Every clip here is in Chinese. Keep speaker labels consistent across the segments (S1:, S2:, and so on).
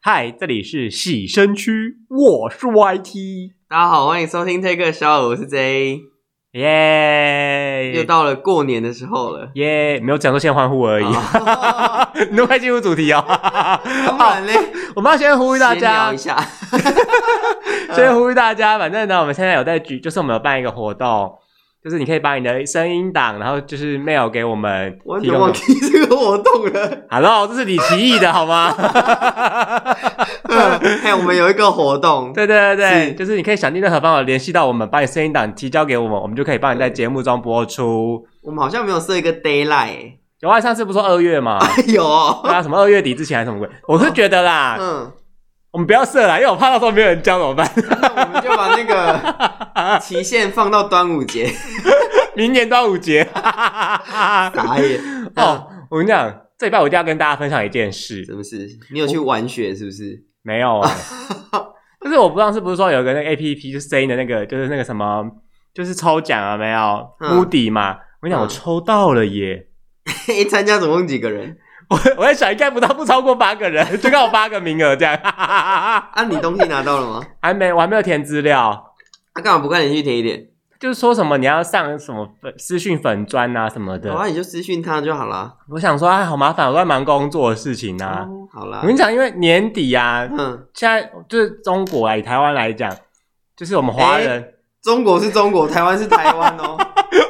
S1: 嗨，这里是洗身区，我是 YT，
S2: 大家好，欢迎收听 Take a Show，我是 J，
S1: 耶，
S2: 又到了过年的时候了。
S1: 耶，没有讲说先欢呼而已，
S2: 哦
S1: 你都快进入主题哦。
S2: 当然嘞，
S1: 我们要先呼吁大
S2: 闲聊
S1: 家
S2: 一，下，
S1: 先呼吁大家，反正呢，我们现在有在举，就是我们有办一个活动。就是你可以把你的声音档，然后就是 mail 给我们
S2: 我完
S1: 提
S2: 全
S1: 供
S2: 忘
S1: 给。
S2: 记这个活动了。
S1: Hello，这是你提议的好吗？
S2: 嘿，我们有一个活动，
S1: 对对对对，
S2: 是
S1: 就是你可以想尽任何方法联系到我们，把你声音档提交给我们，我们就可以帮你在节目中播出。
S2: 我们好像没有设一个 d a y l i g h
S1: 有啊，上次不是说二月吗？
S2: t
S1: 对
S2: 有哦，
S1: 啊，什么二月底之前还是什么鬼？我是觉得啦，
S2: 嗯，
S1: 我们不要设啦，因为我怕到时候没有人交怎么办？
S2: 那我们就把那个期限放到端午节。
S1: 明年端午节。
S2: 打野
S1: 哦，我跟你讲，这礼拜我一定要跟大家分享一件事。
S2: 是不是？你有去玩雪是不是？
S1: 没有、 欸，就是我不知道是不是说有个那个 A P P 就是 C 的那个，就是那个什么，就是抽奖啊，没有
S2: 嗯
S1: 目的嘛。我跟你讲，
S2: 嗯
S1: 我抽到了耶！
S2: 一参加总共几个人？
S1: 我我在想，应该不到不超过八个人，就刚好八个名额这样。
S2: 啊，你东西拿到了吗？
S1: 还没，我还没有填资料，
S2: 啊，干嘛不快点去填一点？
S1: 就是说什么你要上什么粉私讯粉砖啊什么的。
S2: 好啊，你就私讯他就好啦。
S1: 我想说，哎，好麻烦，我在忙工作的事情啊。
S2: 哦，好啦
S1: 我。跟你讲，因为年底啊，
S2: 嗯，
S1: 现在就是中国啊，以台湾来讲，就是我们
S2: 哎
S1: 华人。
S2: 中国是中国，台湾是台湾哦。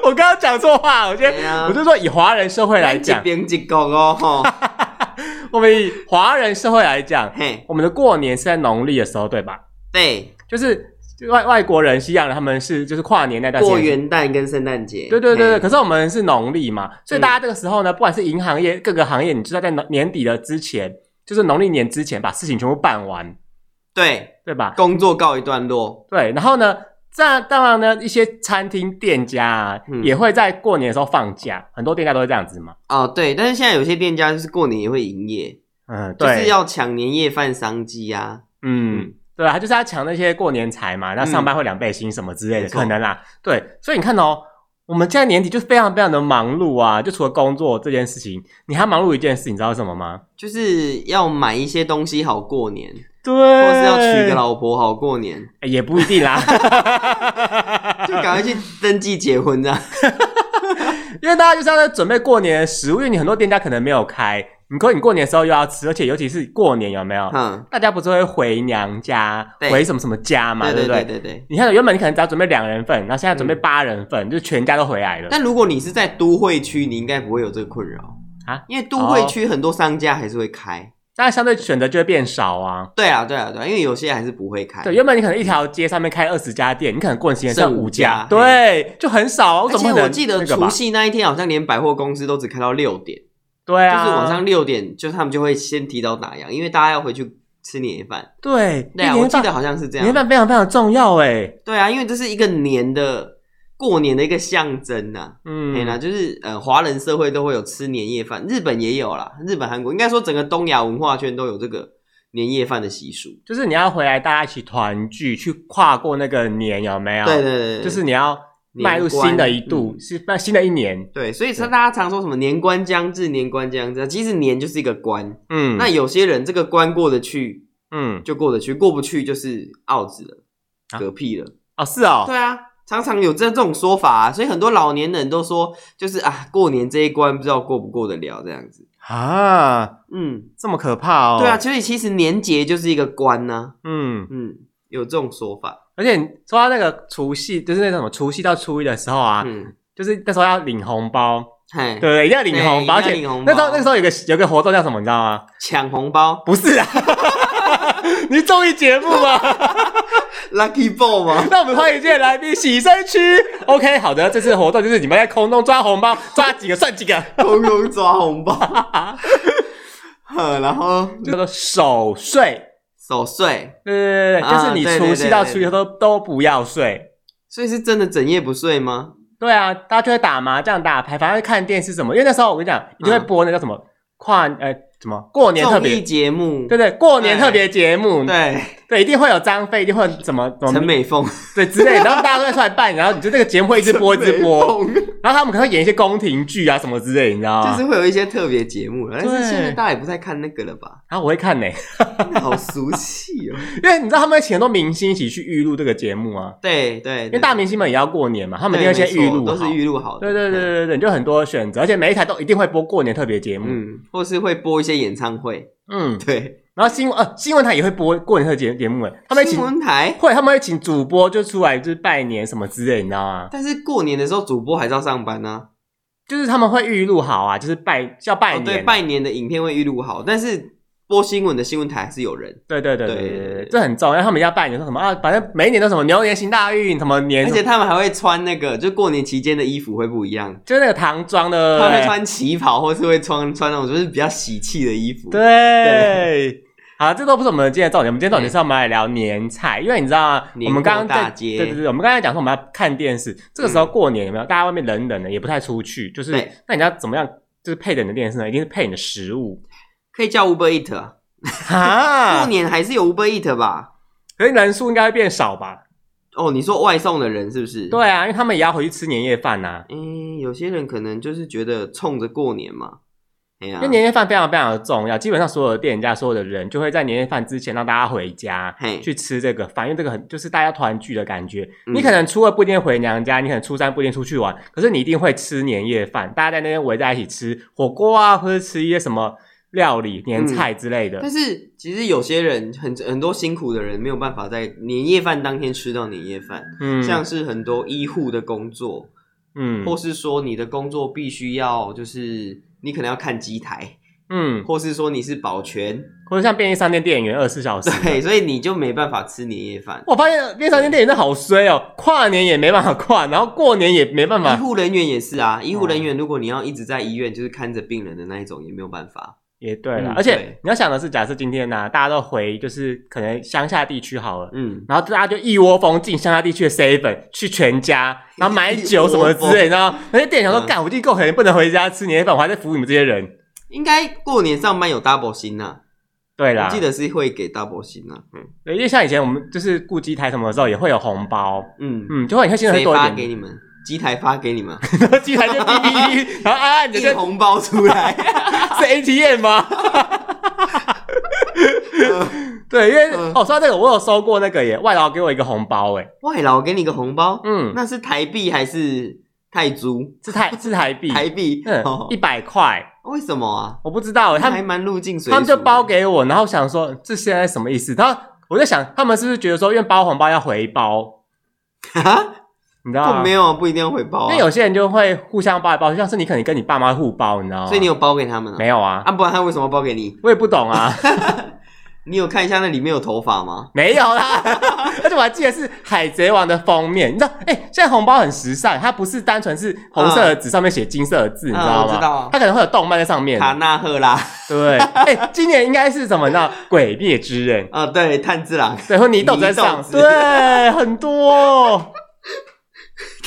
S1: 我刚刚讲错话，我觉
S2: 对啊
S1: 得。
S2: 呀
S1: 我就说，以华人社会来
S2: 一
S1: 讲，
S2: 边一国哦，吼，
S1: 我们以华人社会来讲，
S2: 嘿，
S1: 我们的过年是在农历的时候，对吧？
S2: 对，
S1: 就是外外国人、西洋人，他们是就是跨年那段时
S2: 过
S1: 间
S2: 元旦跟圣诞节，
S1: 对对对对，
S2: 嘿，
S1: 可是我们是农历嘛，所
S2: 嗯
S1: 以大家这个时候呢，不管是银行业各个行业，你知道在农年底的之前，就是农历年之前把事情全部办完，
S2: 对，
S1: 对吧？
S2: 工作告一段落，
S1: 对，然后呢，这当然呢，一些餐厅店家啊、
S2: 嗯
S1: 也会在过年的时候放假，很多店家都会这样子嘛。
S2: 哦，对，但是现在有些店家就是过年也会营业，
S1: 嗯，
S2: 就
S1: 对，
S2: 是要抢年夜饭商机啊，
S1: 嗯
S2: 嗯。
S1: 对啊，他就是要抢那些过年财嘛，那上班会两倍薪什么之类的，
S2: 没错
S1: 可能啦。对，所以你看哦，我们现在年底就非常非常的忙碌啊，就除了工作这件事情，你还忙碌一件事，你知道是什么吗？
S2: 就是要买一些东西好过年，
S1: 对，
S2: 或是要娶个老婆好过年，
S1: 欸也不一定 啦，
S2: 就赶快去登记结 婚这样。
S1: 因为大家就是要在准备过年的食物，因为你很多店家可能没有开，你可你过年的时候又要吃，而且尤其是过年有没有？
S2: 嗯，
S1: 大家不是会回娘家，
S2: 对
S1: 回什么什么家嘛，
S2: 对
S1: 对
S2: 对
S1: 不
S2: 对对对。
S1: 你看，原本你可能只要准备两人份，然后现在准备八人份，就全家都回来了。
S2: 但如果你是在都会区，你应该不会有这个困扰
S1: 啊
S2: 因为都会区很多商家还是会开。
S1: 那相对选择就会变少啊。
S2: 对啊，对啊，对啊，因为有些还是不会开。
S1: 对，原本你可能一条街上面开二十家店，你可能过年时间剩
S2: 哎剩
S1: 五
S2: 五家哎
S1: 家，对，就很少啊。我
S2: 而
S1: 怎
S2: 且
S1: 么会
S2: 我
S1: 能
S2: 记得
S1: 那个
S2: 除
S1: 吧？
S2: 夕那一天，好像连百货公司都只开到六点，
S1: 对
S2: 就
S1: 啊，
S2: 是晚上六点，就他们就会先提早打烊，因为大家要回去吃年夜饭。
S1: 对，
S2: 对啊，
S1: 因为
S2: 我
S1: 年
S2: 记
S1: 饭
S2: 得好像是这
S1: 年
S2: 样。
S1: 饭非常非常重要哎。
S2: 对啊，因为这是一个年的过年的一个象征呐、
S1: 嗯
S2: 对啦，就是呃，华人社会都会有吃年夜饭，日本也有啦，日本、韩国应该说整个东亚文化圈都有这个年夜饭的习俗。
S1: 就是你要回来，大家一起团聚，去跨过那个年，有没有？
S2: 对对对，对
S1: 啊
S2: 嗯
S1: 就是你要迈入新的一度，
S2: 年
S1: 是那新的一年。
S2: 对，所以大家常说什么年关将至，年关将至，其实年就是一个关。
S1: 嗯，
S2: 那有些人这个关过得去
S1: 嗯
S2: 就过得去，过不去就是out 子
S1: 啊
S2: 了，嗝屁了。
S1: 哦是哦，
S2: 对啊，常常有这这种说法、啊，所以很多老年人都说，就是啊，过年这一关不知道过不过得了这样子。
S1: 啊，
S2: 嗯，
S1: 这么可怕哦。
S2: 对啊，，所以其实年节就是一个关呢、
S1: 嗯，
S2: 嗯，有这种说法。
S1: 而且你说到那个除夕，就是那什么除夕到初一的时候啊，
S2: 嗯，
S1: 就是那时候要领红包，
S2: 嘿
S1: 对，不对？一定要领红包，而
S2: 对
S1: 且
S2: 哎一定要领红
S1: 那
S2: 包
S1: 时候那时候有个有个活动叫什么，你知道吗？
S2: 抢红包
S1: 不是啊。 你综艺节目 吗？
S2: ，lucky ball 吗？
S1: 那我们欢迎今天的来宾洗身区。OK，好的，这次的活动就是你们在空中抓红包，抓几个算几 个。
S2: 空中抓红包，呵然后
S1: 叫做守岁。
S2: 守岁。
S1: 对对对对，就是
S2: 啊
S1: 你
S2: 对
S1: 除
S2: 对
S1: 夕
S2: 对
S1: 到
S2: 对
S1: 初一都都不要睡。
S2: 所以是真的整夜不睡吗？
S1: 对啊，大家就会打麻将、打牌，反正看电视什么。因为那时候我跟你讲，一定会播那叫什么跨呃什么过年特
S2: 嗯综
S1: 别
S2: 艺，节目，
S1: 对对，过年特别节目，
S2: 对，
S1: 对，一定会有张飞，一定会有什么什么
S2: 陈美凤
S1: 对之类的，然后大家都会出来办，然后你就这个节目会一直播一直播，
S2: 陈美凤
S1: 然后他们可能会演一些宫廷剧啊什么之类，你知道吗？
S2: 就是会有一些特别节目了。但
S1: 对
S2: 是现在大家也不太看那个了吧？
S1: 啊，我会看呢、
S2: 真的好俗气哦。
S1: 因为你知道他们请很多明星一起去预录这个节目啊，
S2: 对对，
S1: 因为大明星们也要过年嘛，他
S2: 他
S1: 们一定会先预录好
S2: 都是预录好的。
S1: 对对对对
S2: 嗯，
S1: 对，你就很多选择，而且每一台都一定会播过年特别节目。
S2: 嗯，或是会播一些演唱会。
S1: 嗯，
S2: 对，
S1: 然后新闻呃新闻台也会播过年特节节目哎，他们会
S2: 新
S1: 请
S2: 闻台。
S1: 会他们会请主播就出来就是拜年什么之类，你知道吗？
S2: 但是过年的时候，主播还是要上班啊呢、
S1: 就是他们会预录好啊，就是拜叫拜
S2: 哦，
S1: 年啊、
S2: 对，拜年的影片会预录好，但是播新闻的新闻台还是有人，
S1: 对对对对
S2: 对
S1: 对对对，这很重要。他们要拜年说什么啊？反正每一年都什么牛年行大运，什么年，
S2: 而且他们还会穿那个，就过年期间的衣服会不一样，
S1: 就是那个唐装的，
S2: 他们会穿旗袍，或是会穿穿那种就是比较喜气的衣服。
S1: 对。好，这都不是我们今天的重点。我们今天重点是要我们来聊年菜，因为你知道吗？
S2: 年
S1: 我们刚刚
S2: 过
S1: 在
S2: 大街嗯
S1: 对对对，我们刚才讲说我们要看电视，这个时候过年有没有？大家外面冷冷的，也不太出去，就是
S2: 对
S1: 那你要怎么样？就是配着你的电视呢，一定是配你的食物
S2: 可以叫 Uber Eat 啊，过
S1: 啊。
S2: 年还是有 Uber Eat 吧？
S1: 可是人数应该会变少吧？
S2: 哦，你说外送的人是不是？，
S1: 对啊，因为他们也要回去吃年夜饭啊呐、
S2: 嗯，有些人可能就是觉得冲着过年嘛，哎呀
S1: 因为，年夜饭非常非常的重要，基本上所有的店家、所有的人就会在年夜饭之前让大家回家
S2: 嘿
S1: 去吃这个饭，因为这个很就是大家团聚的感觉。
S2: 嗯
S1: 你可能初二不一定回娘家，你可能初三不一定出去玩，可是你一定会吃年夜饭，大家在那边围在一起吃火锅啊，或者吃一些什么料理、年
S2: 嗯
S1: 菜之类的。
S2: 但是其实有些人很很多辛苦的人没有办法在年夜饭当天吃到年夜饭，
S1: 嗯，
S2: 像是很多医护的工作，
S1: 嗯
S2: 或是说你的工作必须要就是你可能要看机台，
S1: 嗯，
S2: 或是说你是保全，
S1: 或者像便利商店店员二十四小时。
S2: 对，所以你就没办法吃年夜饭。
S1: 我发现便利商店店员真的好衰哦，跨年也没办法跨，然后过年也没办
S2: 医
S1: 法，
S2: 护人员也是啊，医护人员如果你要一直在医院就是看着病人的那一种，也没有办法。
S1: 也对了，
S2: 嗯
S1: 而且
S2: 对
S1: 你要想的是，假设今天呢、大家都回就是可能乡下地区好了，
S2: 嗯，
S1: 然后大家就一窝蜂进乡下地区的 seven 去全家，然后买酒什么之 类，然后那些店员想说，
S2: 嗯
S1: 干、我进够狠，不能回家吃年夜饭，我还在服务你们这些人。
S2: 应该过年上班有 double 薪呐、
S1: 对
S2: 啊，
S1: 啦，
S2: 我记得是会给 double 薪呐、啊。嗯
S1: 对，因为像以前我们就是顾机台什么的时候也会有红包，
S2: 嗯，
S1: 嗯，就会你会薪水
S2: 谁
S1: 多
S2: 发
S1: 一
S2: 给
S1: 点，
S2: 你们？机台发给你 们，
S1: 然 后机台就哔哔 哔，然后啊，你
S2: 一
S1: 这
S2: 红包出来。
S1: 是 ATM 吗？ 对，因为、
S2: 嗯
S1: 哦，说到这个，我有收过那个耶，外劳给我一个红包，哎，
S2: 外劳给你个红包，
S1: 嗯，
S2: 那是台币还是泰铢？
S1: 是台是台币，
S2: 台币，
S1: 嗯
S2: 哦，
S1: 一百块，
S2: 为什么啊？
S1: 我不知道耶，欸他
S2: 还
S1: 们
S2: 蛮入境水，
S1: 他们就包，给我，然后想说这现在什么意思？然后我在想，他们是不是觉得说，因为包红包要回包，
S2: 哈
S1: 你知道
S2: 不
S1: 吗？
S2: 没有啊，不一定要回包
S1: 因
S2: 啊。
S1: 为有些人就会互相包来包去，像是你可能跟你爸妈互包，你知道吗？
S2: 所以你有包给他们啊？
S1: 没有啊？
S2: 啊，不然他为什么包给你？
S1: 我也不懂 啊，
S2: 你有看一下那里面有头发吗？
S1: 没有啦。 而且我还记得是《海贼王》的封面，你知道？哎、现在红包很时尚，它不是单纯是红色的纸上面写金色的字，你知道
S2: 嗯嗯我
S1: 吗？
S2: 知道啊
S1: 它可能会有动漫在上面。
S2: 卡纳赫拉
S1: 对，哎、今年应该是什么呢？鬼灭之刃，
S2: 啊，对，炭治郎，
S1: 对，或泥豆子在
S2: 泥豆
S1: 上，
S2: 子
S1: 对，很多、哦，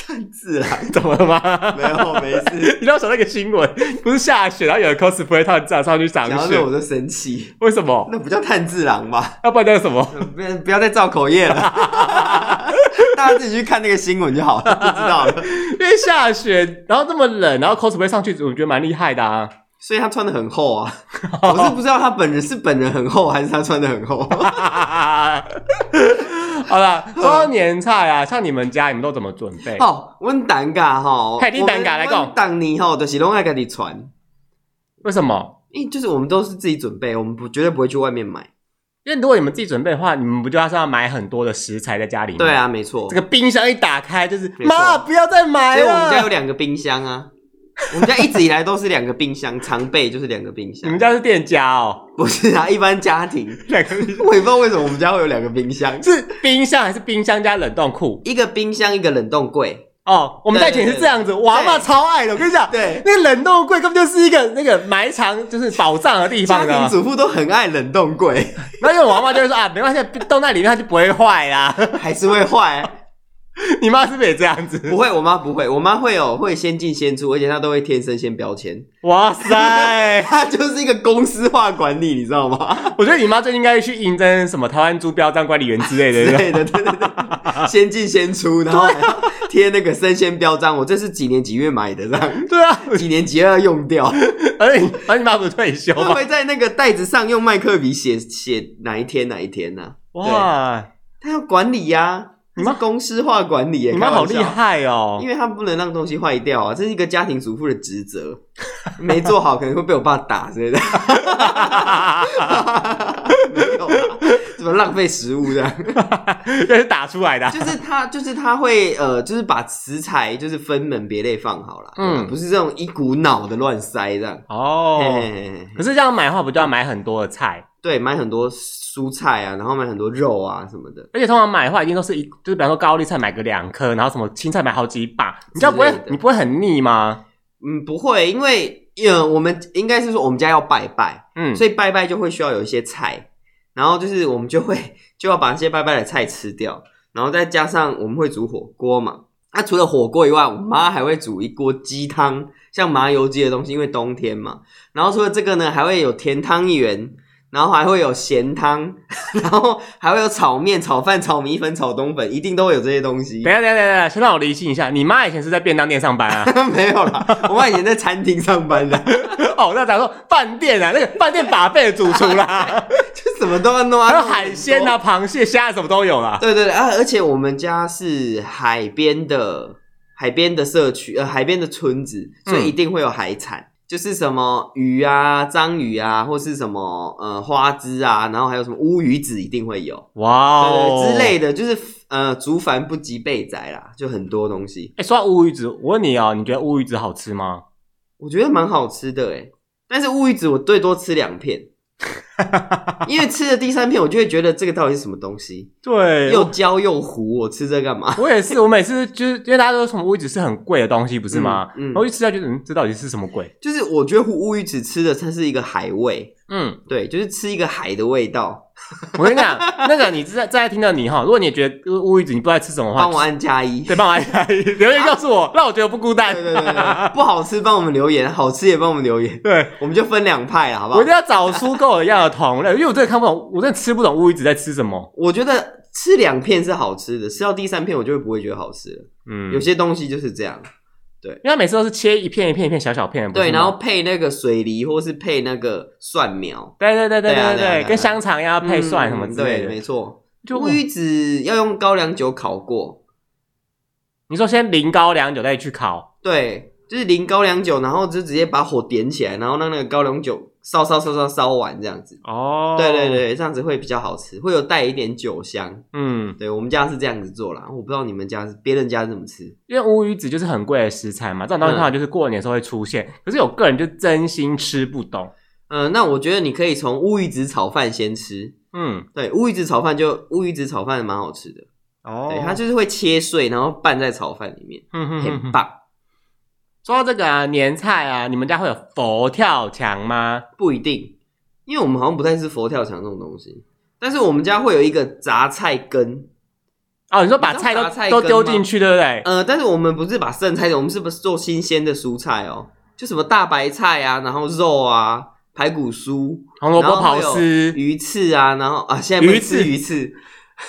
S2: 炭治郎，
S1: 怎么了吗？
S2: 啊没有，没 事。
S1: 你知道我想到一个新闻，不是下雪，然后有人 cosplay 套上上去赏
S2: 讲到
S1: 雪
S2: 这，我就生气，
S1: 为什么？
S2: 那不叫炭治郎吧？
S1: 要不然叫什么？
S2: 不要不要再造口业 了，大家自己去看那个新闻就好了，不知道了。
S1: 因为下雪，然后这么冷，然后 cosplay 上去，我觉得蛮厉害的啊。
S2: 所以他穿的很厚啊，我是不知道他本人是本人很厚还是他穿的 很厚。
S1: 好啦，说到年菜啊，像你们家，你们都怎么准备？
S2: 哦，阮等噶吼，
S1: 嘿你等下来讲
S2: 当年吼，就是拢爱家己传，
S1: 为什么？
S2: 因为就是我们都是自己准备，我们不绝对不会去外面买。
S1: 因为如果你们自己准备的话，你们不就要是要买很多的食材在家里吗？
S2: 对，啊，没错。
S1: 这个冰箱一打开就是
S2: 没错
S1: 妈，不要再买
S2: 所以我们家有
S1: 了。
S2: 两个冰箱啊，我们家一直以来都是两个冰箱，常备就是两个冰
S1: 你
S2: 箱。
S1: 们家是店家哦，
S2: 不是啊，一般家庭，
S1: 两个冰箱
S2: 我也不知道为什么我们家会有两个冰箱，
S1: 是冰箱还是冰箱加冷冻库？
S2: 一个冰箱一个冷冻柜。
S1: 哦，我们在以前是这样子，我阿妈
S2: 对
S1: 超爱的。我跟你讲，
S2: 对，
S1: 那冷冻柜根本就是一个那个埋藏就是宝藏的地
S2: 家
S1: 方的。
S2: 庭主妇都很爱冷冻柜，
S1: 然后因为我阿妈就会说啊，没关系，冻在里面它就不会坏啦。
S2: 还是会坏。
S1: 你妈是不是也这样子？
S2: 不会，我妈不会，我妈会有会先进先出，而且她都会天生先标签，
S1: 哇塞！
S2: 她就是一个公司化管理，你知道吗？
S1: 我觉得你妈最近应该去应征什么台湾猪标章管理员之类
S2: 之
S1: 的。啊
S2: 类的，对对 对，先进先出，然后还要贴那个生鲜标章，我这是几年几月买的，这样
S1: 对啊，
S2: 几年几月要用掉，
S1: 而且你而且哎你妈不是退休
S2: 她
S1: 吗？
S2: 会在那个袋子上用麦克笔写写哪一天哪一天呢、
S1: 哇，
S2: 她要管理呀、
S1: 你
S2: 你
S1: 妈
S2: 们公司化管理耶，
S1: 你妈
S2: 开
S1: 好
S2: 玩笑
S1: 厉害哦
S2: 因！为他不能让东西坏掉啊，这是一个家庭主妇的职责，没做好可能会被我爸打之类的。 没有啊，怎么浪费食物这样？
S1: 这是打出来的啊，
S2: 就是他，就是他会呃，就是把食材就是分门别类放好了，
S1: 嗯
S2: 嗯，不是这种一股脑的乱塞这样。
S1: 哦。
S2: 嘿
S1: 可是这样买的话，不就要买很多的菜？
S2: 对，买很多蔬菜啊，然后买很多肉啊什么的。
S1: 而且通常买的话，一定都是一，就是比方说高丽菜买个两颗，然后什么青菜买好几把，你这样不
S2: 之
S1: 会
S2: 类的
S1: 你不会很腻吗？
S2: 嗯，不会，因为呃，我们应该是说我们家要拜拜，
S1: 嗯，
S2: 所以拜拜就会需要有一些菜，然后就是我们就会 就要把这些拜拜的菜吃掉，然后再加上我们会煮火锅嘛。那、除了火锅以外，我妈还会煮一锅鸡汤，像麻油鸡的东西，因为冬天嘛。然后除了这个呢，还会有甜汤圆，然后还会有咸汤， 然后还会有炒面、炒饭、炒米粉、炒冬粉，一定都会有这些东西
S1: 等。一下等一下等一下等一下，先让我厘清一下，你妈以前是在便当店上班啊？
S2: 没有啦，我妈以前在餐厅上班的，
S1: 哦，那咱说饭店啊，那个饭店把费的主厨 啦，
S2: 就什么都要弄啊，
S1: 还有海鲜啊、螃蟹、虾什么都有啦。
S2: 对对对啊！而且我们家是海边的海边的社区，呃，海边的村子，所
S1: 嗯
S2: 以一定会有海产，就是什么鱼啊、章鱼啊，或是什么呃花枝啊，然后还有什么乌鱼子一定会有，
S1: 哇
S2: 对
S1: 哦
S2: 对对之类的，就是呃竹繁不及备宰啦，就很多东西，
S1: 哎、说到乌鱼子，我问你哦，你觉得乌鱼子好吃吗？
S2: 我觉得蛮好吃的诶。但是乌鱼子我最多吃两片，因为吃了第三片，我就会觉得这个到底是什么东西，
S1: 对
S2: 又焦又糊，我吃这干嘛？
S1: 我也是，我每次就是因为大家都说什么乌鱼子是很贵的东西，不是吗？
S2: 嗯嗯
S1: 然后一吃下去，嗯，这到底是什么鬼？
S2: 就是我觉得乌鱼子吃的它是一个海味，
S1: 嗯，
S2: 对，就是吃一个海的味道。
S1: 我跟你讲，那个你在在听的你哈，如果你觉得乌鱼子你不知道在吃什么的话，
S2: 帮我按加一。
S1: 对，帮我按下一留言告诉我，让我觉得我不孤单。
S2: 对对对对，不好吃帮我们留言，好吃也帮我们留言，
S1: 对
S2: 我们就分两派了，好不好
S1: 我一？定要找出跟我一样的同类，因为我真的看不懂，我真的吃不懂乌鱼子在吃什么。
S2: 我觉得吃两片是好吃的，吃到第三片我就会不会觉得好吃了。
S1: 嗯，
S2: 有些东西就是这样，
S1: 因为它每次都是切一片一片一片小小片的，不是
S2: 对，
S1: 吗
S2: 然后配那个水梨或是配那个蒜苗，
S1: 对对对对
S2: 对啊
S1: 对
S2: 对啊对
S1: 对，
S2: 啊
S1: 跟香肠一样要配蒜什么
S2: 嗯
S1: 之类
S2: 对，
S1: 的。
S2: 没错。
S1: 就
S2: 乌鱼子要用高粱酒烤过，
S1: 你说先淋高粱酒再去烤，
S2: 对，就是淋高粱酒，然后就直接把火点起来，然后让那个高粱酒烧烧烧烧烧完这样子。
S1: 哦
S2: 对对，对，这样子会比较好吃，会有带一点酒香。
S1: 嗯，
S2: 对我们家是这样子做啦，我不知道你们家是别人家是怎么吃。
S1: 因为乌鱼子就是很贵的食材嘛，这种东西
S2: 嗯
S1: 通常就是过年的时候会出现，可是有个人就真心吃不懂，
S2: 嗯、那我觉得你可以从乌鱼子炒饭先吃。
S1: 嗯，
S2: 对，乌鱼子炒饭就乌鱼子炒饭蛮好吃的，
S1: 哦
S2: 对，它就是会切碎，然后拌在炒饭里面，
S1: 嗯哼哼
S2: 很
S1: 哼
S2: 棒。
S1: 说到这个啊，年菜啊，你们家会有佛跳墙吗？
S2: 不一定，因为我们好像不太吃佛跳墙这种东西，但是我们家会有一个杂菜根，
S1: 哦，你说把菜
S2: 你知道
S1: 都
S2: 杂菜
S1: 都
S2: 根
S1: 丢
S2: 吗
S1: 进去，对不对？
S2: 呃，但是我们不是把剩菜的，我们是不是做新鲜的蔬菜哦？就什么大白菜啊，然后肉啊，排骨酥，
S1: 红萝卜
S2: 然后
S1: 刨
S2: 会有
S1: 丝，
S2: 鱼翅啊，然后啊，现在不
S1: 鱼
S2: 能
S1: 翅
S2: 吃鱼翅，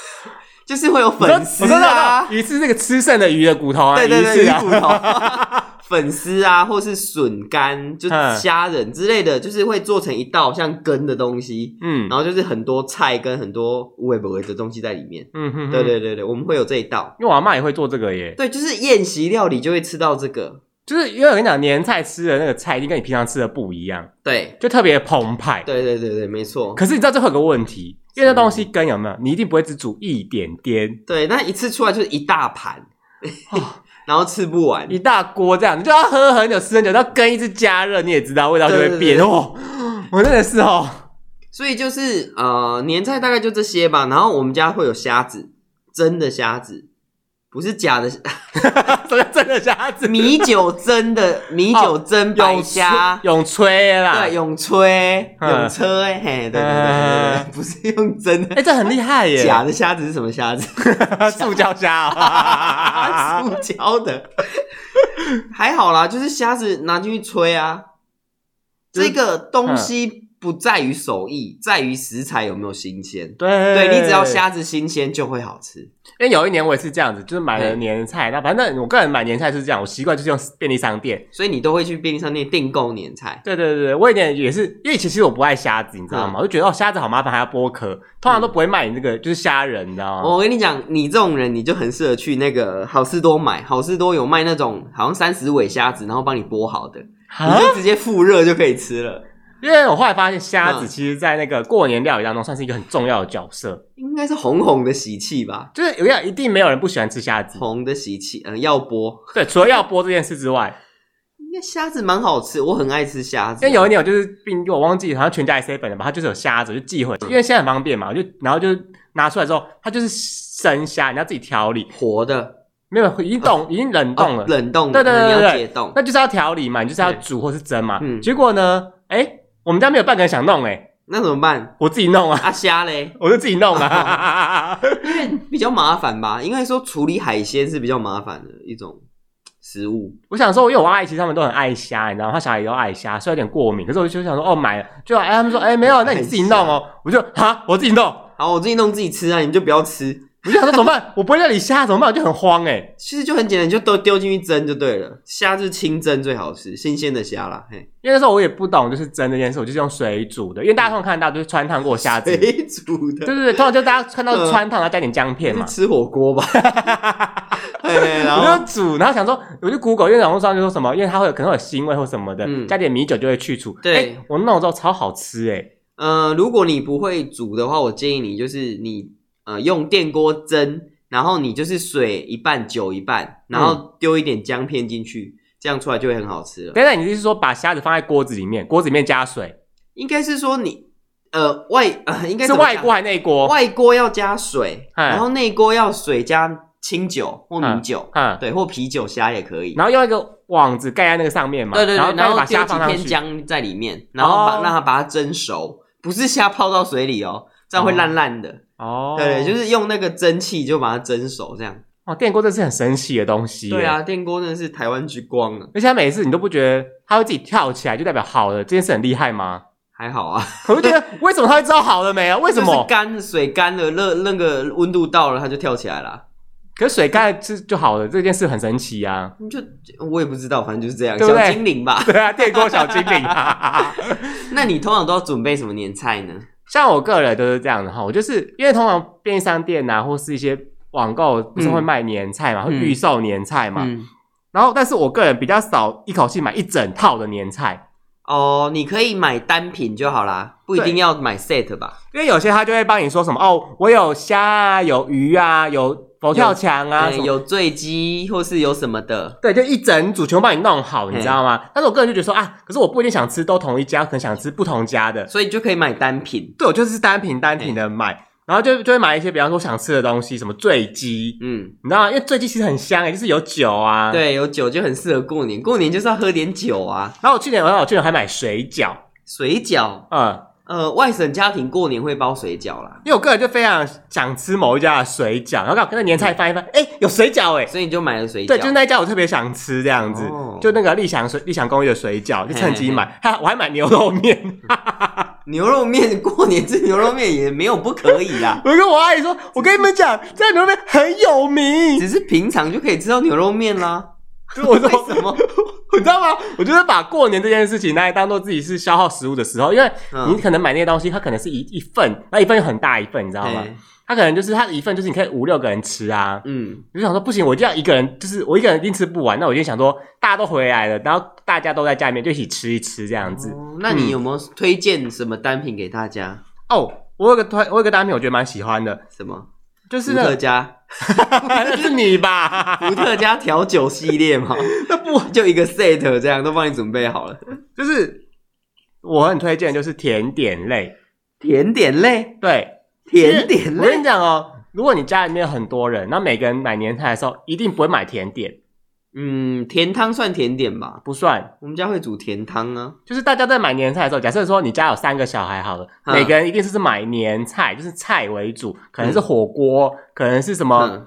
S2: 就是会有
S1: 我说
S2: 粉丝
S1: 我说那
S2: 啊
S1: 个，鱼是那个吃剩的鱼的骨头啊，
S2: 对对对，
S1: 鱼
S2: 鱼
S1: 翅啊
S2: 骨头。 粉丝啊，或是笋干，就
S1: 嗯
S2: 虾仁之类的，就是会做成一道像根的东西，
S1: 嗯
S2: 然后就是很多菜跟很多无微不微的东西在里面。
S1: 嗯哼，
S2: 对，对对对，我们会有这一道。
S1: 因为我阿妈也会做这个耶，
S2: 对，就是宴席料理就会吃到这个。
S1: 就是因为我跟你讲，年菜吃的那个菜一定跟你平常吃的不一样，
S2: 对，
S1: 就特别澎湃。
S2: 对对对对，没错。
S1: 可是你知道最后有个问题，因为那东西根有没有，你一定不会只煮一点点，
S2: 对，那一次出来就是一大盘， 然后吃不完。
S1: 一大锅这样，你就要喝很久吃很久，那根一直加热，你也知道味道就会
S2: 对对
S1: 变
S2: 对
S1: 哦。我真的是哦，
S2: 所以就是呃，年菜大概就这些吧。然后我们家会有虾子，蒸的虾子，不是假的，
S1: 真的真的虾子，
S2: 米酒蒸的米酒蒸白
S1: 永
S2: 虾，
S1: 永吹啦，
S2: 对，永吹
S1: 嗯
S2: 永车，哎嘿，对对对对对对，不是用蒸
S1: 哎、
S2: 的，
S1: 这很厉害耶，
S2: 假的虾子是什么虾子？
S1: 塑胶虾、
S2: 啊，
S1: 哦，
S2: 塑胶的，还好啦，就是虾子拿进去吹啊。
S1: 就是嗯
S2: 这个东西不在于手艺，在于食材有没有新鲜。
S1: 对，
S2: 对你只要。虾子新鲜就会好吃。
S1: 因为有一年我也是这样子，就是买了
S2: 嗯
S1: 年菜，那反正我个人买年菜是这样，我习惯就是用便利商店。
S2: 所以你都会去便利商店订购年菜。
S1: 对对对对，我以前也是，因为其实我不爱虾子，你知道
S2: 嗯
S1: 吗？我就觉得哦，虾子好麻烦，还要剥壳，通常都不会卖你这个就是虾仁，你知道吗？
S2: 我跟你讲，你这种人，你就很适合去那个好事多买。好事多有卖那种好像三十尾虾子，然后帮你剥好的，
S1: 啊
S2: 你就直接复热就可以吃了。
S1: 因为我后来发现虾子
S2: 嗯
S1: 其实，在那个过年料理当中算是一个很重要的角色，
S2: 应该是红红的喜气吧，
S1: 就是有一一定没有人不喜欢吃虾子，
S2: 红的喜气，嗯，要剥。
S1: 对，除了要剥这件事之外，
S2: 应该虾子蛮好吃，我很爱吃虾子。
S1: 因为有一年我就是病，我忘记好像全家 C 本了吧，它就是有虾子，就寄回，因为现在很方便嘛，我就然后就拿出来之后，它就是生虾，你要自己调理，
S2: 活的，
S1: 没有已经冻，已经冷冻了，
S2: 哦冷冻，
S1: 对对对
S2: 你
S1: 对
S2: 要
S1: 对
S2: 解冻。
S1: 那就是要调理嘛，你就是要
S2: 对
S1: 煮或是蒸嘛。
S2: 嗯
S1: 结果呢，哎，我们家没有半个人想弄，哎，
S2: 那怎么办？
S1: 我自己弄啊，
S2: 啊，虾嘞，
S1: 我就自己弄 啊。
S2: 比较麻烦吧？应该说处理海鲜是比较麻烦的一种食物。
S1: 我想说，因为我阿姨其实他们都很爱虾，你知道吗？她小孩也都爱虾，虽然有点过敏，可是我就想说，哦，买了就哎，他们说，哎，没有，那你自己弄哦。我就哈，我自己弄，
S2: 好，我自己弄自己吃啊，你们就不要吃。
S1: 我就想说怎么办？我不会料理虾怎么办？我就很慌哎。
S2: 其实就很简单，你就都丢进去蒸就对了。虾就是清蒸最好吃，新鲜的虾啦。嘿，
S1: 因为那时候我也不懂，就是蒸这件事，我就是用水煮的。因为大家通常看到就是穿烫过虾子，对
S2: 谁煮的？
S1: 对对，通常就大家看到
S2: 嗯
S1: 穿烫，然后加点姜片嘛
S2: 是。吃火锅吧？嘿嘿 然
S1: 我
S2: 后
S1: 就煮，然后想说，我就 Google，因为网络上就说什么，因为它会有可能会有腥味或什么的，
S2: 嗯
S1: 加点米酒就会去除。
S2: 对
S1: 哎我弄了之后超好吃哎、
S2: 呃，如果你不会煮的话，我建议你就是你呃用电锅蒸，然后你就是水一半，酒一半，然后丢一点姜片进去，这样出来就会很好吃了。
S1: 等等，你是说把虾子放在锅子里面，锅子里面加水，
S2: 应该是说你呃外呃应该
S1: 是
S2: 怎么
S1: 外
S2: 讲
S1: 锅还是内锅？
S2: 外锅要加水，
S1: 哎
S2: 然后内锅要水加清酒或米酒，
S1: 嗯，
S2: 对，或啤酒虾也可以。
S1: 然后用一个网子盖在那个上面嘛，
S2: 对对
S1: 然
S2: 对，
S1: 后
S2: 然
S1: 再
S2: 后
S1: 把
S2: 丢
S1: 虾
S2: 几
S1: 放上
S2: 片
S1: 去。
S2: 姜在里面，然后把、
S1: 哦
S2: 让它把它蒸熟，不是虾泡到水里哦，这样会烂烂的。
S1: 哦，
S2: 对，就是用那个蒸汽就把它蒸熟，这样。
S1: 哦，电锅这是很哦神奇的东西。
S2: 对，啊，电锅真的是台湾之光啊，
S1: 而且它每次你都不觉得它会自己跳起来，就代表好了，这件事很厉害吗？
S2: 还好啊。
S1: 我就觉得为什么它会知道好了没 啊？为什
S2: 就是
S1: 么？
S2: 干水干了，热那个温度到了，它就跳起来了。
S1: 可是水盖是就好了，这件事很神奇啊。
S2: 你就我也不知道，反正就是这样，
S1: 对不对
S2: 小精灵吧。
S1: 对啊，电锅小精灵、啊
S2: 那你通常都要准备什么年菜呢？
S1: 像我个人都是这样的哈，我就是因为通常便利商店啊，或是一些网购不是会卖年菜嘛，会预售年菜嘛。
S2: 嗯，
S1: 然后，但是我个人比较少一口气买一整套的年菜，
S2: 哦，你可以买单品就好啦，不一定要买 set 吧？
S1: 因为有些他就会帮你说什么哦，我有虾啊，有鱼啊，有佛跳墙啊，
S2: 对，
S1: 什么
S2: 有醉鸡或是有什么的。
S1: 对，就一整组全部帮你弄好，你知道吗？但是我个人就觉得说啊，可是我不一定想吃都同一家，可能想吃不同家的，
S2: 所以就可以买单品，
S1: 对我就是单品单品的买，然后就就会买一些比方说想吃的东西，什么醉鸡，
S2: 嗯，
S1: 你知道吗？因为醉鸡其实很香诶，就是有酒啊。。
S2: 对，有酒就很适合过年，过年就是要喝点酒啊，
S1: 然后我去年，我我去年还买水饺，
S2: 水饺，
S1: 嗯，
S2: 呃，外省家庭过年会包水饺啦，
S1: 因为我个人就非常想吃某一家的水饺，然后刚好跟那年菜翻一翻，哎、有水饺哎、
S2: 所以你就买了水饺。
S1: 对，就是那一家我特别想吃这样子，
S2: 哦
S1: 就那个立祥水立祥公寓的水饺，就趁机买。哈，我还买牛肉面，，
S2: 牛肉面，过年吃牛肉面也没有不可以啦
S1: 我跟我阿姨说，我跟你们讲，这家牛肉面很有名。
S2: 只是平常就可以吃到牛肉面啦。
S1: 就是我
S2: 为
S1: 说
S2: 什么？
S1: 你知道吗？我就是把过年这件事情拿来当做自己是消耗食物的时候，因为你
S2: 嗯，
S1: 可能买那些东西，它可能是一一份，那一份又很大一份，你知道吗？
S2: 哎
S1: 它可能就是它一份就是你可以五六个人吃啊。
S2: 嗯，
S1: 我就想说不行，我就要一个人，就是我一个人一定吃不完。那我就想说，大家都回来了，然后大家都在家里面就一起吃一吃这样子。
S2: 哦那你有没有推荐什么单品给大家？
S1: 哦，我有个推，我有个单品，我觉得蛮喜欢的，
S2: 什么？
S1: 就是
S2: 伏
S1: 那
S2: 特
S1: 个，
S2: 加，
S1: 那是你吧？
S2: 伏特加调酒系列嘛，那不 就一个 set 这样都帮你准备好了。
S1: 就是我很推荐，就是甜点类。
S2: 甜点类，
S1: 对，
S2: 甜点
S1: 我跟
S2: 类
S1: 你讲哦，如果你家里面有很多人，那每个人买年菜的时候，一定不会买甜点，
S2: 嗯，甜汤算甜点吧？
S1: 不算。
S2: 我们家会煮甜汤啊。
S1: 就是大家在买年菜的时候，假设说你家有三个小孩好了，
S2: 嗯
S1: 每个人一定是买年菜，就是菜为主，可能是火锅，可能是什么、
S2: 嗯，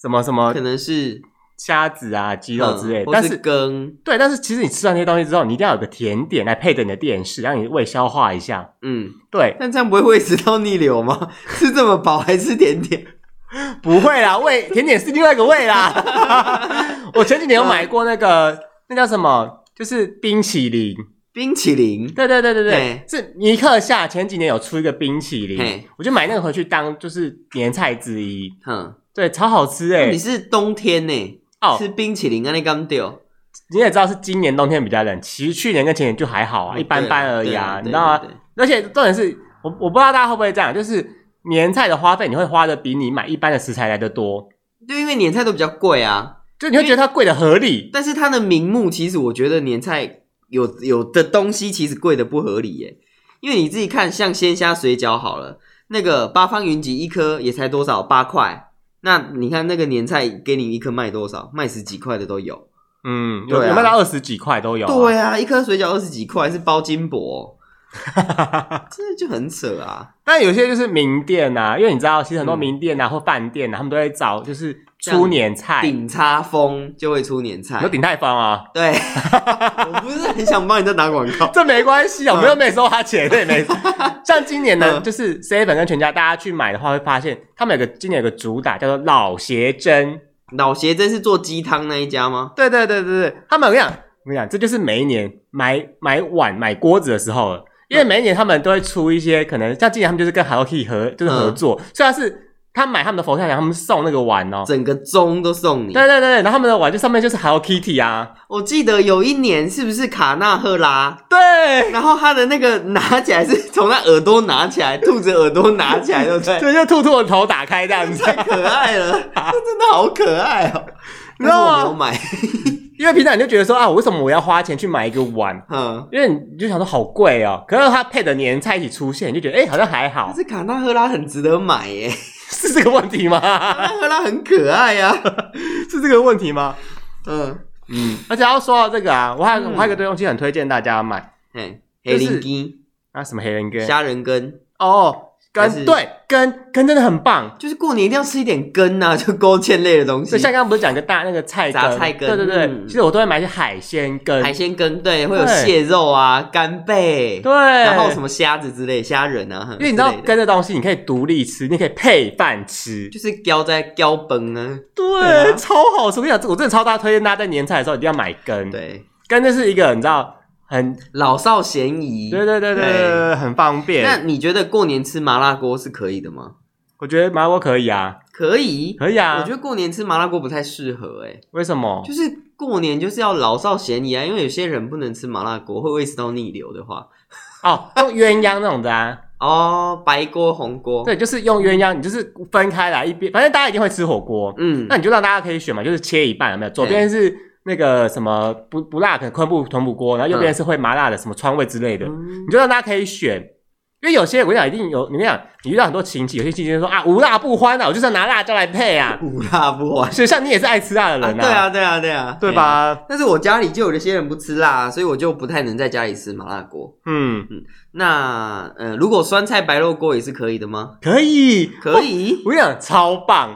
S1: 什么什么
S2: 可能是
S1: 虾子啊、鸡肉之类的。
S2: 嗯或
S1: 但
S2: 是
S1: 是
S2: 羹，
S1: 对，但是其实你吃完这些东西之后，你一定要有个甜点来配着你的电视，让你胃消化一下。
S2: 嗯，
S1: 对，
S2: 但这样不会胃食道逆流 吗？吃这么饱还吃甜点？
S1: 不会啦，胃甜点是另外一个胃 啦。我前几年
S2: 嗯
S1: 有买过那个，那叫什么？就是冰淇淋，
S2: 冰淇淋，
S1: 对对对对对
S2: 嘿，
S1: 是尼克夏前几年有出一个冰淇淋
S2: 嘿，
S1: 我就买那个回去当就是年菜之一，
S2: 哼，
S1: 对，超好吃哎、
S2: 嗯你是冬天呢、
S1: 嗯哦
S2: 吃冰淇淋啊？那刚丢，
S1: 你也知道是今年冬天比较冷，其实去年跟前年就还好啊，一般般而已啊，你
S2: 哦对
S1: 知道吗？
S2: 对对对
S1: 而且重点是我我不知道大家会不会这样，就是年菜的花费你会花的比你买一般的食材来的多，
S2: 对，因为年菜都比较贵啊，
S1: 就你会觉得它贵的合理。
S2: 但是它的名目其实我觉得年菜有有的东西其实贵的不合理耶、因为你自己看，像鲜虾水饺好了，那个八方云集一颗也才多少八块，那你看那个年菜给你一颗卖多少？卖十几块的都有。
S1: 嗯，有
S2: 对啊
S1: 有卖到二十几块都有、啊。
S2: 对啊，一颗水饺二十几块是包 金箔、这就很扯啊。
S1: 但有些就是名店啊，因为你知道，其实
S2: 嗯
S1: 很多名店啊、或饭店啊，他们都会找就是出年菜，
S2: 顶叉风就会出年
S1: 哎有
S2: 菜，
S1: 鼎泰丰啊，
S2: 对， 我不是很想帮你再打广告。
S1: 这没关系啊，我们又没收他钱，这也 没。像今年呢，
S2: 嗯
S1: 就是 seven 跟全家，大家去买的话会发现，他们有个今年有个主打叫做老鞋针，
S2: 老邪真是做鸡汤那一家吗？
S1: 对对对对对，他们我跟你讲，我跟你讲，这就是每一年买买碗买锅子的时候了，因为每一年他们都会出一些可能，像今年他们就是跟 Hello Kitty 合就是合作，虽然是他买他们的佛跳墙，他们送那个碗哦。
S2: 整个钟都送你。
S1: 对对对，对然后他们的碗就上面就是 Hello Kitty 啊，
S2: 我记得有一年是不是卡纳赫拉？
S1: 对，
S2: 然后他的那个拿起来是从他耳朵拿起来，兔子耳朵拿起来，对不 对？
S1: 对，就兔兔的头打开这样子，
S2: 太可爱了，那真的好可爱哦、
S1: 你知道吗
S2: 但是我没有买，
S1: 因为平常你就觉得说啊，我为什么我要花钱去买一个碗？
S2: 嗯，
S1: 因为你就想说好贵哦，可是它配的年菜一起出现，你就觉得哎、好像还好
S2: 但，是卡纳赫拉很值得买耶，
S1: 是这个问题吗？
S2: 卡 纳赫拉很可爱呀、
S1: 是这个问题吗？
S2: 嗯，
S1: 嗯，而且要说到这个啊，我还有、
S2: 嗯
S1: 我还有一个东西很推荐大家买
S2: 嘿，
S1: 就
S2: 哎黑
S1: 是
S2: 灵鸡、
S1: 啊，什么黑人羹
S2: 虾仁羹，
S1: 哦，
S2: 还
S1: 羹
S2: 是
S1: 对羹羹真的很棒。
S2: 就是过年一定要吃一点羹呐、啊， 就勾芡类的东
S1: 所
S2: 西
S1: 以，像刚刚不是讲一个大那个菜羹，
S2: 杂菜羹
S1: 对对对，
S2: 嗯
S1: 其实我都会买一些海鲜羹，
S2: 海鲜羹对，会有
S1: 对
S2: 蟹肉啊、干贝，
S1: 对，
S2: 然后什
S1: 么？
S2: 么虾子之类、虾仁啊，
S1: 因为你知道
S2: 之类的
S1: 羹的东西，你可以独立吃，你可以配饭吃，
S2: 就是浇在浇崩啊，
S1: 对，超好吃。我跟你讲，这我真的超大推荐大家在年菜的时候一定要买羹，，
S2: 对，
S1: 羹就是一个你知道很，
S2: 老少咸宜。
S1: 对对对对对对，对很方
S2: 那
S1: 便。
S2: 你觉得过年吃麻辣锅是可以的吗？
S1: 我觉得麻辣锅可以啊，
S2: 可以，
S1: 可以
S2: 我
S1: 啊
S2: 觉，得过年吃麻辣锅不太适合哎、
S1: 为什么？
S2: 就是过年就是要老少咸宜啊，因为有些人不能吃麻辣锅，会胃食道逆流的话，
S1: 哦，用鸳鸯那种的啊，
S2: 哦，白锅红锅，，
S1: 对，就是用鸳鸯，你就是分开来一边，反正大家一定会吃火锅，
S2: 嗯
S1: 那，你就让大家可以选嘛，就是切一半，有没有？左边是那个什么不不辣，可能昆布豚骨锅，然后右边是会麻辣的什么川味之类的，
S2: 嗯
S1: 你就让大家可以选。因为有些我跟你讲，一定有你跟你讲，你遇到很多亲戚，有些亲戚就说啊无辣不欢啊，我就是要拿辣椒来配啊。
S2: 无 辣不欢、
S1: 所以像你也是爱吃辣的
S2: 啊，
S1: 人
S2: 对啊，对啊，对啊，
S1: 对
S2: 嘿？
S1: 吧？
S2: 但是我家里就有一些人不吃辣，啊所以我就不太能在家里吃麻辣锅。
S1: 嗯，
S2: 那呃，如果酸菜白肉锅也是可以的吗？
S1: 可以，
S2: 可以，
S1: 我跟你讲超棒，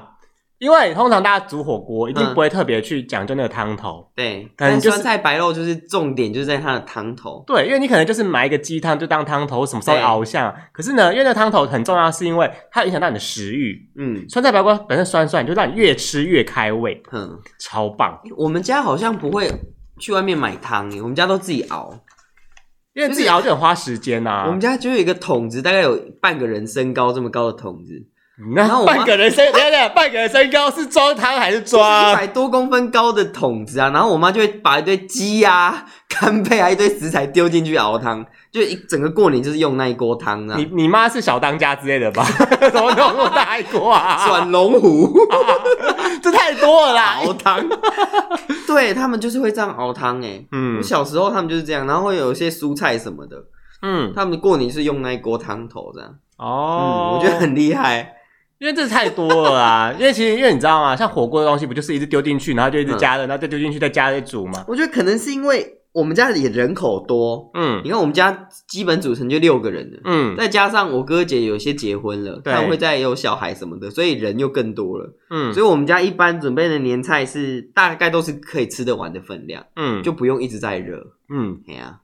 S1: 因为通常大家煮火锅一定
S2: 嗯
S1: 不会特别去讲究那个汤头。
S2: 对，
S1: 感觉
S2: 但
S1: 就是
S2: 酸菜白肉就是重点，就是在它的汤头。
S1: 对，因为你可能就是买一个鸡汤就当汤头，什么时候熬一下。可是呢，因为那个汤头很重要，是因为它影响到你的食欲。
S2: 嗯
S1: 酸菜白瓜本身酸酸，就让你越吃越开胃，
S2: 哼，
S1: 超棒。
S2: 我们家好像不会去外面买汤欸耶，我们家都自己熬。
S1: 因为自己熬就很花时间啊呐、
S2: 我们家就有一个桶子，大概有半个人身高这么高的桶子，然后
S1: 那
S2: 我妈
S1: 半个人身，等一下等一下，半个人身高是装汤还是
S2: 一
S1: 装？
S2: 百啊多公分高的桶子啊。然后我妈就会把一堆鸡啊、 干贝啊、一堆食材丢进去熬汤，就一整个过年就是用那一锅汤啊
S1: 你。你妈是小当家之类的吧？ 怎么弄那么大一锅 啊？
S2: 转 龙湖
S1: 这太多了啦！
S2: 熬汤， 对他们就是会这样熬汤哎、
S1: 嗯
S2: 我小时候他们就是这样，然后会有一些蔬菜什么的，
S1: 嗯
S2: 他们过年是用那一锅汤头这样，嗯，
S1: 哦，
S2: 我觉得很厉害。
S1: 因为这太多了啊！ 因为其实因为你知道吗？像火锅的东西，不就是一直丢进去，然后就一直
S2: 嗯
S1: 加热，然后再丢进去，再加热再煮嘛。
S2: 我觉得可能是因为我们家里人口多，
S1: 嗯
S2: 你看我们家基本组成就六个人了，
S1: 嗯
S2: 再加上我哥姐有些结婚了，
S1: 对
S2: 他们会再有小孩什么的，所以人又更多了。
S1: 嗯
S2: 所以我们家一般准备的年菜是大概都是可以吃得完的分量，
S1: 嗯，
S2: 就不用一直在热。
S1: 嗯，
S2: 哎呀、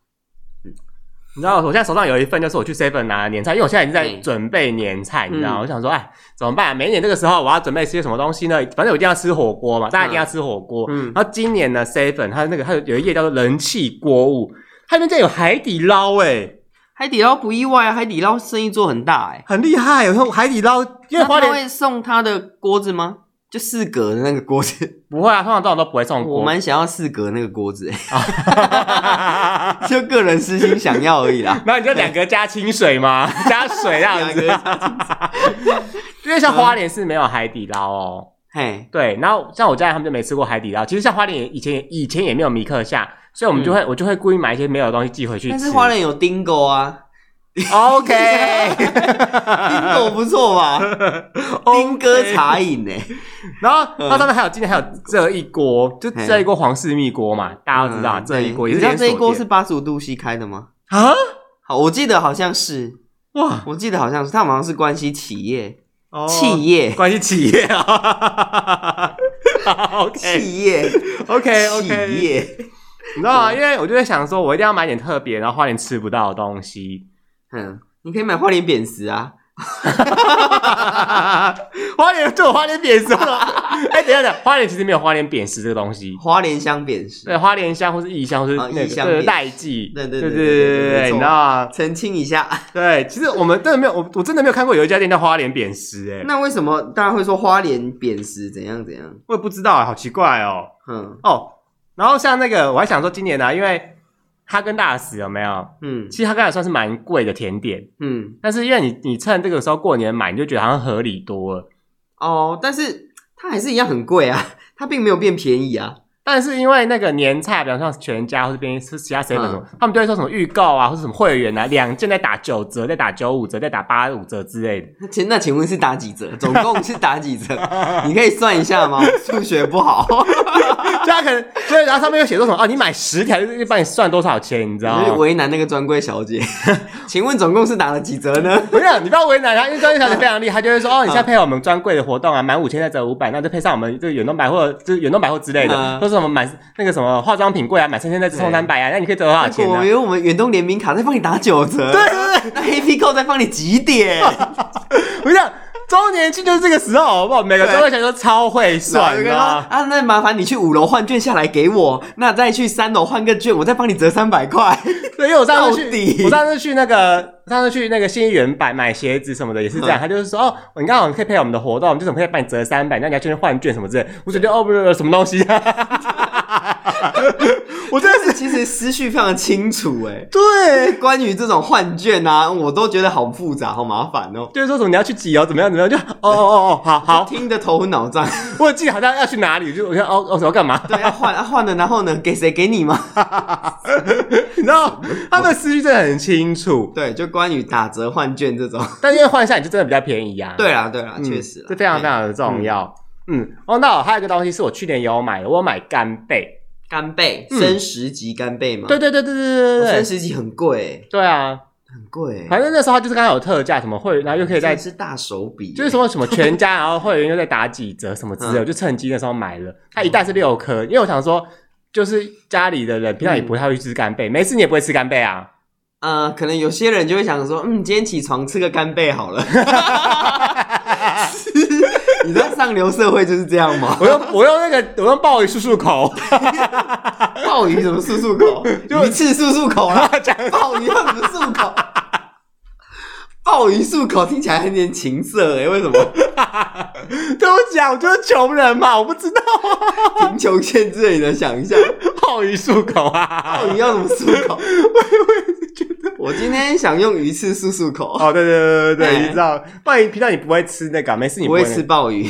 S1: 你知道我现在手上有一份，就是我去 seven 拿的年菜，因为我现在已经在
S2: 嗯
S1: 准备年菜，你知道吗，
S2: 嗯
S1: 我想说，哎，怎么办？每一年这个时候我要准备些什么东西呢？反正我一定要吃火锅嘛，大家一定要吃火锅。
S2: 嗯，
S1: 然后今年呢，seven 它那个它有一页叫做人气锅物，它里面竟然有海底捞、哎，
S2: 海底捞不意外啊，海底捞生意做很大哎、
S1: 很厉害。有时候海底捞因为
S2: 那
S1: 花
S2: 他
S1: 莲
S2: 会送他的锅子吗？就四格的那个锅 子，
S1: 不会啊，通常这种都不会送锅。
S2: 我 蛮想要四格那个锅子、欸，
S1: 然
S2: 就个人私心想要而已啦。
S1: 后你就两个加清水吗？ 加水 这样子啊
S2: 两个，
S1: 因为像花莲是没有海底捞哦。
S2: 嘿，
S1: 对，然后像我家人他们就没吃过海底捞，其实像花莲也以前也以前也没有米克夏，所以我们就会、我就会故意买一些没有的东西寄回去吃。
S2: 但嗯是花莲有丁狗啊，
S1: OK，
S2: 丁狗不错 吧？
S1: 哦
S2: 丁哥茶饮欸呢、
S1: 然后它上面还有今年还有这一锅，就这一锅黄氏蜜锅嘛，大家都知道、
S2: 嗯
S1: 这一锅
S2: 对
S1: 也是
S2: 你知道
S1: 连锁
S2: 这一
S1: 店
S2: 锅是八十五度 C 开的吗？
S1: 啊
S2: 好，我记得好像是，
S1: 哇
S2: 我记得好像是，他们好像是关系企业，
S1: 哦
S2: 企业，
S1: 关系企业 啊。OK
S2: 企业，
S1: OK OK，
S2: 企业，
S1: 你知道
S2: 嗯
S1: 吗？因为我就会想说，我一定要买点特别，然后花莲吃不到的东西。
S2: 嗯，你可以买花莲扁食啊，
S1: 花莲对我花莲扁食了。 哎、等一下，等一下，花莲其实没有花莲扁食这个东西。
S2: 花莲香扁食
S1: 对，。啊花莲香或是异香，或是
S2: 啊
S1: 那
S2: 异香
S1: 个对
S2: 扁
S1: 代记，
S2: 对
S1: 对对
S2: 对对
S1: 对
S2: 对
S1: 对
S2: 对
S1: 对，
S2: 没错
S1: 你知道吗？
S2: 澄清一下，
S1: 对，其实我们真的没有，我我真的没有看过有一家店叫花莲扁食，哎，
S2: 那为什么大家会说花莲扁食怎样怎样？
S1: 我也不知道，好奇怪哦
S2: 嗯
S1: 哦。然后像那个，我还想说，今年呢、因为哈根达斯有没有？
S2: 嗯
S1: 其实哈根达斯算是蛮贵的甜点，
S2: 嗯
S1: 但是因为你你趁这个时候过年买，你就觉得好像合理多了。
S2: 哦，但是它还是一样很贵啊，它并没有变便宜啊。
S1: 但是因为那个年菜，比方像全家或者边是其他 seven 什么，他们都会说什么预购啊，或者什么会员啊，两件在打九折，在打九五折，在打八五折之类的。
S2: 那请那请问是打几折？总共是打几折？你可以算一下吗？我数学不好，
S1: 就他可能，就是然后上面又写说什么啊，你买十条就帮你算多少钱，你知道
S2: 我就
S1: 吗？
S2: 为难那个专柜小姐。 请问总共是打了几折呢？
S1: 不要，你不要为难他，因为专业小姐非常厉害，她就会说哦，你现在配合我们专柜的活动啊，满五千再折五百，那就配上我们这个远东百货，就是远东百货之类的，
S2: 嗯
S1: 或是什么买那个什么化妆品柜啊，买三千再送三百啊，那你可以折多少钱
S2: 我
S1: 呢
S2: 们？有我们远东联名卡在帮你打九折，
S1: 对对对，
S2: 那黑皮扣在帮你几 点？
S1: 我想周年庆就是这个时候，好不好？每个专柜小姐都超会
S2: 然后
S1: 算
S2: 就
S1: 的
S2: 跟他
S1: 啊
S2: 说。啊，那麻烦你去五楼换券下来给我，那再去三楼换个券，我再帮你折三百块。
S1: 对，因为我上次
S2: 到底
S1: 去，我上次去那个，上次去那个新一园买买鞋子什么的也是这样，
S2: 嗯
S1: 他就是说哦，你刚好你可以配合我们的活动，就怎么可以帮你折三百，那你要去换券什么之类的。我觉得哦，不是不是什么东西、 我真的
S2: 但
S1: 是
S2: 是 其实思绪非常清楚，哎，
S1: 对，
S2: 关于这种换券啊，我都觉得好复杂，好麻烦哦，
S1: 就是说什么你要去几哦，怎么样怎么样，就哦哦哦，好好，
S2: 听得头昏脑胀。
S1: 我记得好像要去哪里，就我就哦哦我要干嘛，
S2: 对，要换啊换了，然后呢，给谁给你吗？
S1: 你知道他们思绪真的很清楚，
S2: 对，就关于打折换券这种。
S1: 但因为换下来就真的比较便宜啊。
S2: 对啦，对啦，
S1: 嗯
S2: 确实啦，
S1: 这非常非常的重要。嗯，哦，那我还有一个东西是我去年有买的，我有买干贝。
S2: 干贝，
S1: 嗯
S2: 升十级干贝嘛。
S1: 对对对对对对
S2: 哦，
S1: 对
S2: 升
S1: 对。
S2: 十级很贵，
S1: 对啊，
S2: 很贵。
S1: 反正那时候它就是刚好有特价，什么会，然后又可以在
S2: 真的，是大手笔，
S1: 就是什么什么全家，然后会员又在打几折什么之类，
S2: 嗯
S1: 我就趁机那时候买了。它一袋是六颗，因为我想说，就是家里的人平常
S2: 嗯
S1: 也不太会吃干贝，没事你也不会吃干贝啊。
S2: 呃，可能有些人就会想说，嗯，今天起床吃个干贝 好了。你知道上流社会就是这样吗？
S1: 我用我用那个我用鲍鱼漱漱口，
S2: 鲍鱼什么漱漱口，
S1: 就
S2: 鱼翅漱漱口啦，
S1: 讲
S2: 鲍鱼要怎么漱口？鲍鱼漱口听起来很点情色哎、为什 么？
S1: 对不起啊，我就是穷人嘛，我不知道
S2: 贫穷限制了你的想象。
S1: 鲍鱼漱口啊
S2: 鲍。鱼要怎么漱口？我也觉得，我今天想用鱼翅漱漱口，
S1: 哦，对对对对对，
S2: 哎
S1: 你知道，鲍鱼平常你不会吃那个，啊没事你
S2: 不
S1: 不会
S2: 会
S1: 那个
S2: 吃鲍鱼。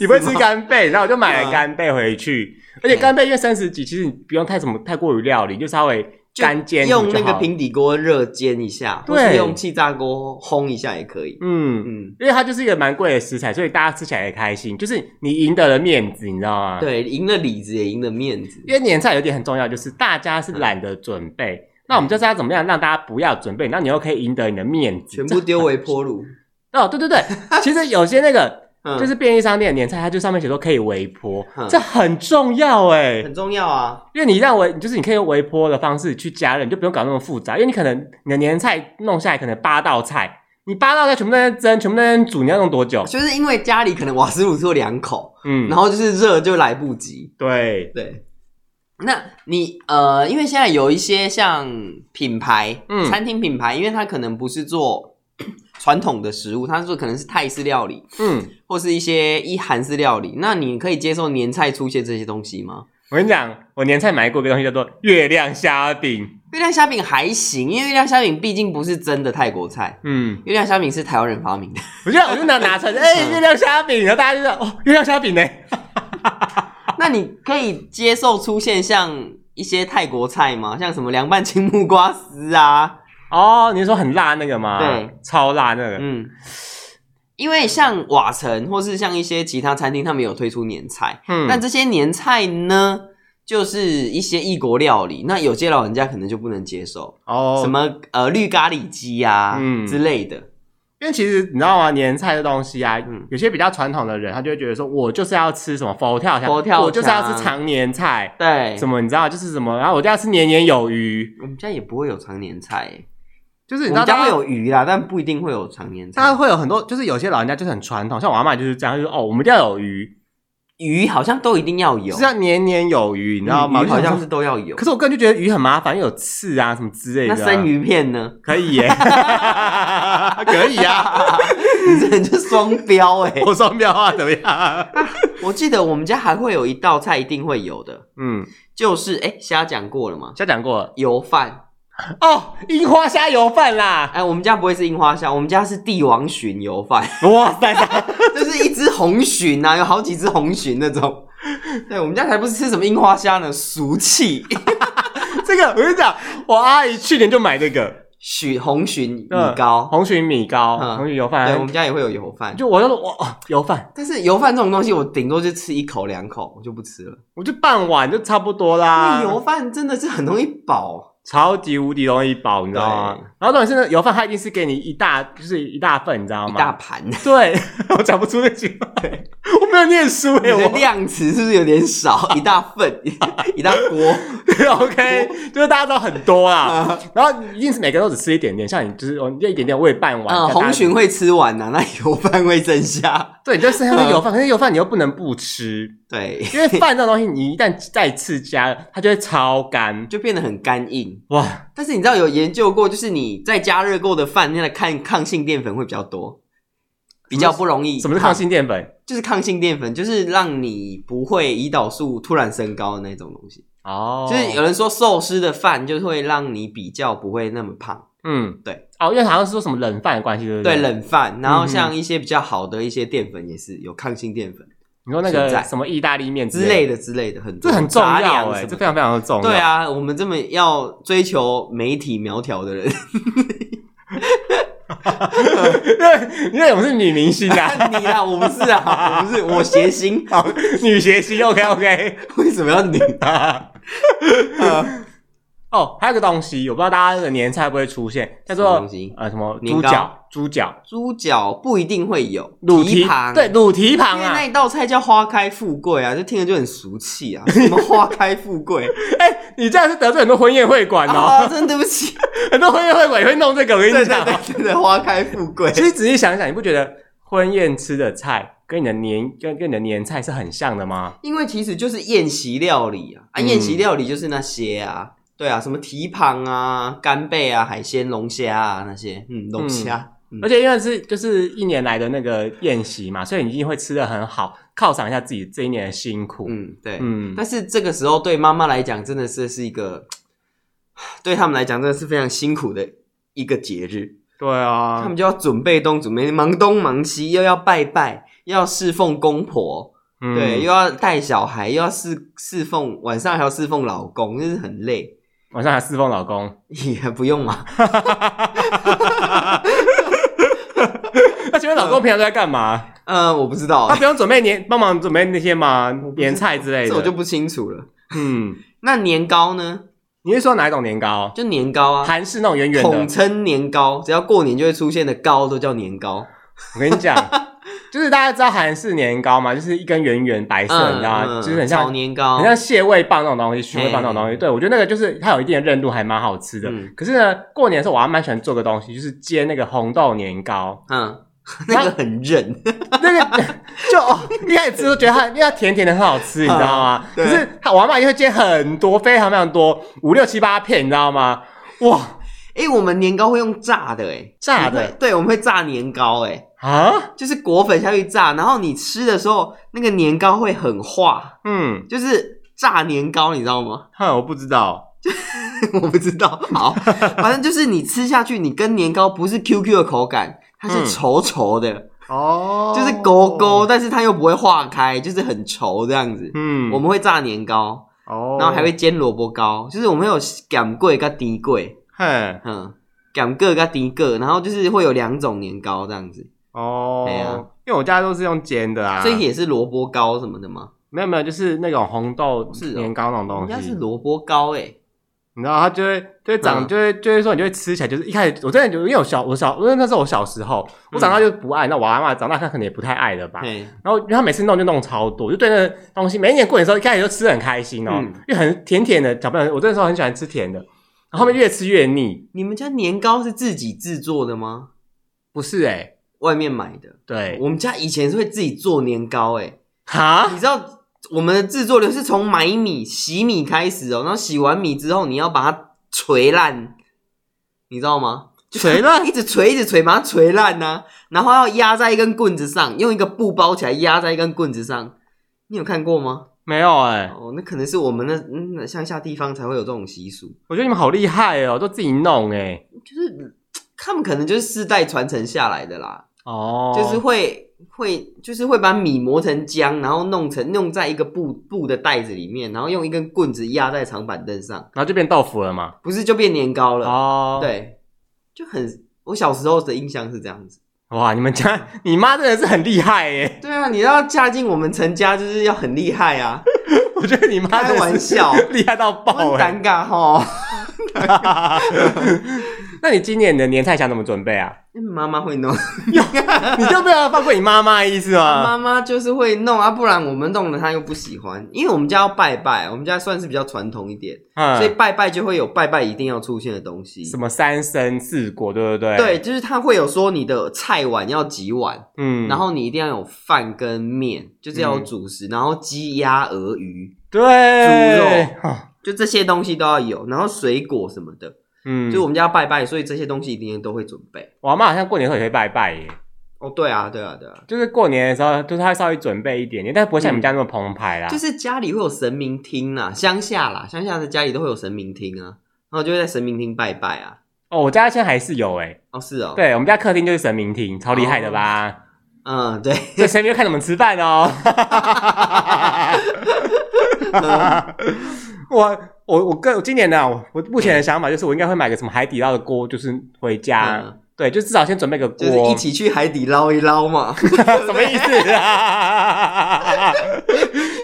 S1: 你不会吃干贝，然后我就
S2: 啊哎
S1: 买了干贝回去，而且干贝因为三十几，其实你不用太什么太过于料理，就稍微
S2: 就
S1: 干煎煮
S2: 用
S1: 就
S2: 那个
S1: 好
S2: 平底锅热煎一下，或
S1: 对
S2: 是用气炸锅烘一下也可以。
S1: 嗯，
S2: 嗯，
S1: 因为它就是一个蛮贵的食材，所以大家吃起来也开心，就是你赢得了面子，你知道吗？，
S2: 对，赢了里子也赢了面 子。
S1: 因为年菜有一点很重要，就是大家是懒得准备，那我们就是要怎么样让大家不要准备，那你又可以赢得你的面子，
S2: 全部丢微波炉，
S1: 哦，对对对，其实有些那个
S2: 嗯，
S1: 就是便利商店的年菜，它就上面写说可以微波，
S2: 嗯
S1: 这很重要哎，
S2: 很重要啊。
S1: 因为你让微就是你可以用微波的方式去加热，你就不用搞那么复杂，因为你可能你的年菜弄下来可能八道菜，你八道菜全部在那边蒸，全部在那边煮，你要弄多久？
S2: 就是因为家里可能瓦斯炉只有两口，
S1: 嗯，
S2: 然后就是热就来不及。
S1: 对，
S2: 对，那你呃，因为现在有一些像品牌，
S1: 嗯
S2: 餐厅品牌，因为它可能不是做传统的食物，它是做可能是泰式料理
S1: 嗯，
S2: 或是一些一韩式料理。那你可以接受年菜出现这些东西吗？
S1: 我跟你讲，我年菜买过一个东西叫做月亮虾饼，
S2: 月亮虾饼还行，因为月亮虾饼毕竟不是真的泰国菜，
S1: 嗯，
S2: 月亮虾饼是台湾人发明的。
S1: 我就我就拿拿出来，哎、
S2: 嗯
S1: 月亮虾饼，然后大家就说哦，月亮虾饼呢？
S2: 那你可以接受出现像一些泰国菜吗？像什么凉拌青木瓜丝啊，
S1: 哦，你是说很辣那个吗？
S2: 对，
S1: 超辣那个，
S2: 嗯，因为像瓦城或是像一些其他餐厅，他们有推出年菜，
S1: 嗯，
S2: 但这些年菜呢，就是一些异国料理，那有些老人家可能就不能接受，
S1: 哦，
S2: 什么呃绿咖喱鸡啊、
S1: 嗯
S2: 之类的，
S1: 因为其实你知道吗，年菜的东西啊，
S2: 嗯
S1: 有些比较传统的人，他就会觉得说，我就是要吃什么佛跳墙，
S2: 佛跳墙
S1: 我就是要吃常年菜，
S2: 对，
S1: 什么你知道，就是什么，然后我就要吃年年有余，
S2: 我们家也不会有常年菜欸，
S1: 就是你
S2: 我
S1: 知道
S2: 们
S1: 他
S2: 家会有鱼啦，但不一定会有常年
S1: 他
S2: 菜。
S1: 会有很多，就是有些老人家就是很传统，像我阿妈就是这样，她就说哦，我们一定要有余，
S2: 鱼好像都一定要有嗯
S1: 就是，啊要年年有余，你知道吗？
S2: 鱼好像
S1: 是，
S2: 是都要有
S1: 可。是我个人就觉得鱼很麻烦，又有刺啊什么之类的
S2: 那
S1: 啊、
S2: 生鱼片呢？
S1: 可以耶、 可以啊，
S2: 你这人就双标哎、
S1: 我双标啊，怎么样？
S2: 我记得我们家还会有一道菜一定会有的，
S1: 嗯，
S2: 就是哎虾讲过了吗？
S1: 先讲过了
S2: 油饭，
S1: 哦，樱花虾油饭啦。
S2: 哎，我们家不会是樱花虾，我们家是帝王鲟油饭，
S1: 哇塞，大
S2: 就是一只红鲟啊，有好几只红鲟那种。对，我们家才不是吃什么樱花虾呢，俗气。
S1: 这个我跟你讲，我阿姨去年就买这个
S2: 鲟红鲟米
S1: 嗯
S2: 糕，
S1: 红鲟米糕、
S2: 嗯
S1: 红鲟油
S2: 对，我们
S1: 饭，
S2: 家也会有油饭。
S1: 就我就说哇哦油饭，
S2: 但是油饭这种东西，我顶多就吃一口两口，我就不吃了。
S1: 我就半碗就差不多
S2: 因
S1: 啦，
S2: 为油饭真的是很容易饱，
S1: 超级无敌容易饱，你知道吗
S2: 对？
S1: 然后重点是呢，油饭它一定是给你一大就是一大份，你知道
S2: 一
S1: 吗？
S2: 大盘。
S1: 对， 我讲不出那句话，我没有念书哎、
S2: 你的
S1: 我
S2: 量词是不是有点 少？一大份，一大锅。
S1: 对 OK，就是大家都很多啦，
S2: 啊
S1: 然后一定是每个人都只吃一点点，像你就是哦，你就一点点，我也半碗。
S2: 嗯，
S1: 像大家
S2: 红鲟会吃完呐、啊那油饭会剩下。
S1: 对，你就是那
S2: 嗯
S1: 个油饭，可是油饭你又不能不吃，
S2: 对，
S1: 因为饭这种东西，你一旦再次加热，它就会超干。
S2: 就变得很干硬。
S1: 哇，
S2: 但是你知道有研究过，就是你在加热过的饭，那个抗抗性淀粉会比较多，比较不容易。
S1: 什么是抗？性淀粉？
S2: 就是抗性淀粉，就是让你不会胰岛素突然升高的那种东西。
S1: 哦
S2: 就是有人说寿司的饭就会让你比较不会那么胖，
S1: 嗯，
S2: 对
S1: 哦，因为好像是说什么冷饭的关系，对不
S2: 对
S1: 对
S2: 冷饭，然后
S1: 嗯哼
S2: 像一些比较好的一些淀粉也是有抗性淀粉。
S1: 你说那
S2: 现
S1: 个
S2: 在
S1: 什么意大利面
S2: 之
S1: 类
S2: 类
S1: 的，
S2: 的之类的，很多
S1: 这很重
S2: 杂
S1: 要
S2: 粮
S1: 哎，
S2: 什
S1: 这
S2: 么
S1: 非常非常的重要。
S2: 对，啊，我们这么要追求媒体苗条的人，
S1: 因为 因为我们是女明星 啊，
S2: 你啊，我不是啊，我不是，我谐星，
S1: 女谐星，OK OK。
S2: 为什么要你？啊呃
S1: 哦，还有个东西，我不知道大家的年菜会不会出现，叫
S2: 什么
S1: 做
S2: 东西
S1: 呃什么
S2: 年
S1: 猪
S2: 糕
S1: 脚、猪脚、
S2: 猪脚不一定会有，
S1: 卤
S2: 蹄膀
S1: 对，。卤蹄
S2: 因
S1: 膀
S2: 为
S1: 啊
S2: 那。一道菜叫花开富贵啊，就听着就很俗气 啊，什么花开富贵
S1: 哎，你这样是得罪很多婚宴会馆哦，
S2: 啊，真对不起，
S1: 很多婚宴会馆也会弄这个，我跟
S2: 对
S1: 你
S2: 对
S1: 讲。
S2: 对对对，花开富贵
S1: 其实仔细想想，你不觉得婚宴吃的菜跟你的年跟跟你的年菜是很像的吗？
S2: 因为其实就是宴席料理啊，啊，
S1: 嗯
S2: 宴席料理就是那些啊，对啊，什么蹄膀啊、干贝啊、海鲜、龙虾啊那些，嗯，龙虾，嗯
S1: 而且因为是就是一年来的那个宴席嘛，所以你一定会吃的很好，犒赏一下自己这一年的辛苦。
S2: 嗯，对。
S1: 嗯，
S2: 但是这个时候对妈妈来讲，真的是是一个，对他们来讲真的是非常辛苦的一个节日，
S1: 对
S2: 他
S1: 啊
S2: 们，就要准备东准备忙东忙西，又要拜拜，又要侍奉公婆，
S1: 嗯
S2: 对，又要带小孩，又要侍侍奉，晚上还要侍奉老公，真是很累。
S1: 晚上还侍奉老公，
S2: 也不用嘛。
S1: 那啊请问老公平常都在干嘛？
S2: 呃，我不知道
S1: 他
S2: 啊，
S1: 不用准备年帮忙准备那些吗
S2: 我不？知
S1: 年菜之类
S2: 这我就
S1: 的。
S2: 不清楚了。
S1: 嗯，
S2: 那年糕呢？
S1: 你是说哪一种年糕？
S2: 就年糕啊，
S1: 韩式那种圆圆
S2: 统
S1: 的。
S2: 称年糕，只要过年就会出现的糕都叫年糕。
S1: 我跟你 讲，就是大家知道韩式年糕嘛，就是一根圆圆白色，你知道吗？
S2: 嗯
S1: 就是很
S2: 炒
S1: 像
S2: 年糕，
S1: 很像蟹味棒那种东西，徐味棒那种东西。
S2: 嘿
S1: 对，我觉得那个就是它有一定的韧度，还蛮好吃的
S2: 嗯。
S1: 可是呢，过年的时候我还蛮喜欢做个东西，就是煎那个红豆年 糕。
S2: 嗯，那个很韧，
S1: 那个 就哦， 一开始吃都觉得它，因为它甜甜的很好吃，你知道吗？
S2: 嗯对
S1: 可是它我阿妈也会煎很多，非常非常多，五六七八片，你知道吗？哇
S2: 哎、我们年糕会用炸的、哎，
S1: 炸的
S2: 你会对，我们会炸年糕、哎，
S1: 啊，
S2: 就是裹粉下去炸，然后你吃的时候，那个年糕会很化，
S1: 嗯，
S2: 就是炸年糕，你知道吗？
S1: 哼，我不知道，
S2: 我不知道，好，反正就是你吃下去，你跟年糕不是 QQ 的口感，它
S1: 嗯
S2: 是稠稠的，
S1: 哦
S2: 就是勾勾，，但是它又不会化开，就是很稠这样子。
S1: 嗯，
S2: 我们会炸年糕，
S1: 哦
S2: 然后还会煎萝卜糕，就是我们会有擀桂跟低桂。
S1: 哼，
S2: 嗯，两个跟第一个，然后就是会有两种年糕这样子，
S1: 哦，
S2: 对啊
S1: 因为我家都是用煎的啊，
S2: 所以也是萝卜糕什么的吗？
S1: 没有没有，就是那种红豆
S2: 是哦
S1: 年糕那种
S2: 人家
S1: 东
S2: 是
S1: 西，
S2: 萝卜糕哎、
S1: 你知道它就会就会长，
S2: 嗯
S1: 就会就会说你就会吃起来，就是一开始我真的就因为我小我小因为那时候我小时候我长大就不爱，那我阿妈长大她可能也不太爱了吧，
S2: 嘿，
S1: 然后他每次弄就弄超多，就对那个东西，每一年过年的时候一开始就吃得很开心哦，
S2: 嗯
S1: 因为很甜甜的。小朋友，我那时候很喜欢吃甜的，然后后面越吃越腻。
S2: 你们家年糕是自己制作的吗？
S1: 不是哎、
S2: 外面买的？
S1: 对，
S2: 我们家以前是会自己做年糕哎、
S1: 哈
S2: 你，知道我们的制作流是从买米、洗米开始哦，然后洗完米之后你要把它捶烂，你知道吗？
S1: 锤烂
S2: 一直捶，一直捶，把它捶烂呐、然后要压在一根棍子上，用一个布包起来压在一根棍子上。你有看过吗？
S1: 没有哎、
S2: 哦，那可能是我们那嗯那乡下地方才会有这种习俗，
S1: 我觉得你们好厉害哦，都自己弄哎、
S2: 就是他们可能就是世代传承下来的啦，
S1: 哦，
S2: 就是会会就是会把米磨成浆，然后弄成弄在一个布布的袋子里面，然后用一根棍子压在长板凳上，
S1: 然后就变豆腐了嘛。
S2: 不是就变年糕了？
S1: 哦，，
S2: 对，就很我小时候的印象是这样子。
S1: 哇，你们家你妈真的是很厉害耶！
S2: 对啊，你要嫁进我们陈家就是要很厉 害啊，
S1: 我觉得你妈
S2: 开
S1: 真的是
S2: 玩笑
S1: 厉害到爆
S2: 很
S1: 哎。
S2: 尴尬哈。
S1: 那你今年的年菜想怎么准备 啊？
S2: 妈妈会弄。
S1: 你就不要放过你妈妈的意思吗？
S2: 妈妈就是会弄啊，不然我们弄了她又不喜欢，因为我们家要拜拜，我们家算是比较传统一点，
S1: 嗯
S2: 所以拜拜就会有拜拜一定要出现的东西。
S1: 什么三生四果，对不对？
S2: 对，，就是他会有说你的菜碗要几碗，
S1: 嗯，
S2: 然后你一定要有饭跟面，就是要有主食，然后鸡鸭鹅鱼，
S1: 对
S2: 猪
S1: 肉，
S2: 就这些东西都要有，然后水果什么的，
S1: 嗯，
S2: 就是我
S1: 就
S2: 们家拜拜，所以这些东西一定都会准备。
S1: 我妈好像过年的时候也会拜拜耶，
S2: 哦，对啊，对啊，对啊，
S1: 就是过年的时候，就是她会稍微准备一点点，但是不会像你们家那么澎湃啦。
S2: 嗯就是家里会有神明厅啦，乡下啦，乡下的家里都会有神明厅啊，然后就会在神明厅拜拜啊。
S1: 哦，我家现在还是有哎，
S2: 哦，是哦，，
S1: 对我们家客厅就是神明厅，超厉害的吧？
S2: 嗯，对，
S1: 所以神明就看着我们吃饭 哦。我我我个我今年呢、我我目前的想法就是我应该会买个什么海底捞的锅，就是回家，
S2: 嗯
S1: 对，就至少先准备个锅，
S2: 就是一起去海底捞一捞嘛。
S1: 什么意思 啊？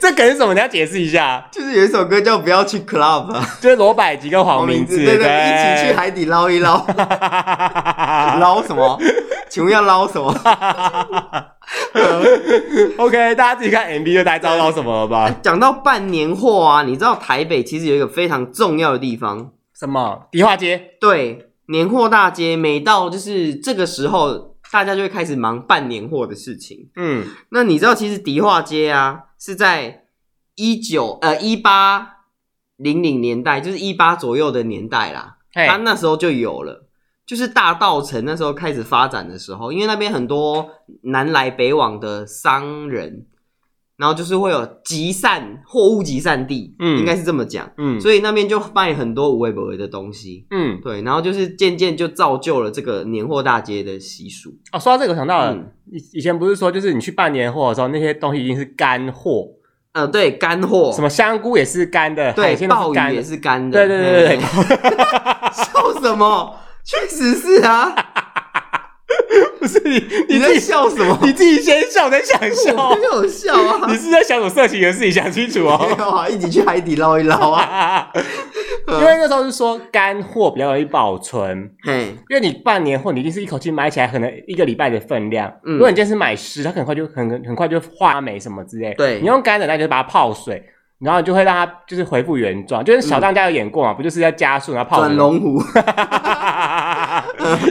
S1: 这梗是什么？你要解释一下。
S2: 就是有一首歌叫《不要去 Club》啊，
S1: 就是罗百吉跟黄明志，
S2: 对对，一起去海底捞一捞，
S1: 海。
S2: 捞什么？请问要捞什么？
S1: OK，大家自己看 MV 就大概知道到什么了吧？
S2: 讲到办年货啊，你知道台北其实有一个非常重要的地方，
S1: 什么迪化街？
S2: 对，年货大街，每到就是这个时候，大家就会开始忙办年货的事情。
S1: 嗯，
S2: 那你知道，其实迪化街啊是在一九呃一八零零年代，就是一八左右的年代啦，
S1: 嘿
S2: 它，那时候就有了。就是大道城那时候开始发展的时候，因为那边很多南来北往的商人，然后就是会有集散货物集散地，
S1: 嗯
S2: 应该是这么讲，
S1: 嗯，
S2: 所以那边就卖很多无为不为的东西，
S1: 嗯，
S2: 对，然后就是渐渐就造就了这个年货大街的习俗。
S1: 哦，说到这个，我想到了
S2: 嗯，
S1: 以以前不是说，就是你去办年货的时候，那些东西已经是干货，
S2: 呃，对，干货，
S1: 什么香菇也是干的，海
S2: 对
S1: 鲜，都
S2: 鲍
S1: 是干
S2: 鱼
S1: 的
S2: 也，是干
S1: 对
S2: 的，
S1: 对对对
S2: 嗯
S1: 对，
S2: 笑什么？确实是啊，
S1: 不是你
S2: 你
S1: 你
S2: 在
S1: 自己
S2: 笑什么？
S1: 你自己先笑，我在想
S2: 我
S1: 笑
S2: 没，有笑啊，
S1: 你是在想什么色情的事情？想清楚
S2: 没
S1: 哦。
S2: 有啊，一起去海底捞一捞啊，
S1: 因为那时候是说干货比较容易保存，
S2: 嘿，
S1: 因为你半年后你一定是一口气买起来，可能一个礼拜的分量。
S2: 嗯
S1: 如果你今天是买湿，它很快就很很快就发霉什么之类。
S2: 对
S1: 你用干的，那你就把它泡水，然后你就会让它就是恢复原状。就是小当家有演过嘛，不就是要加速然后泡水
S2: 转龙湖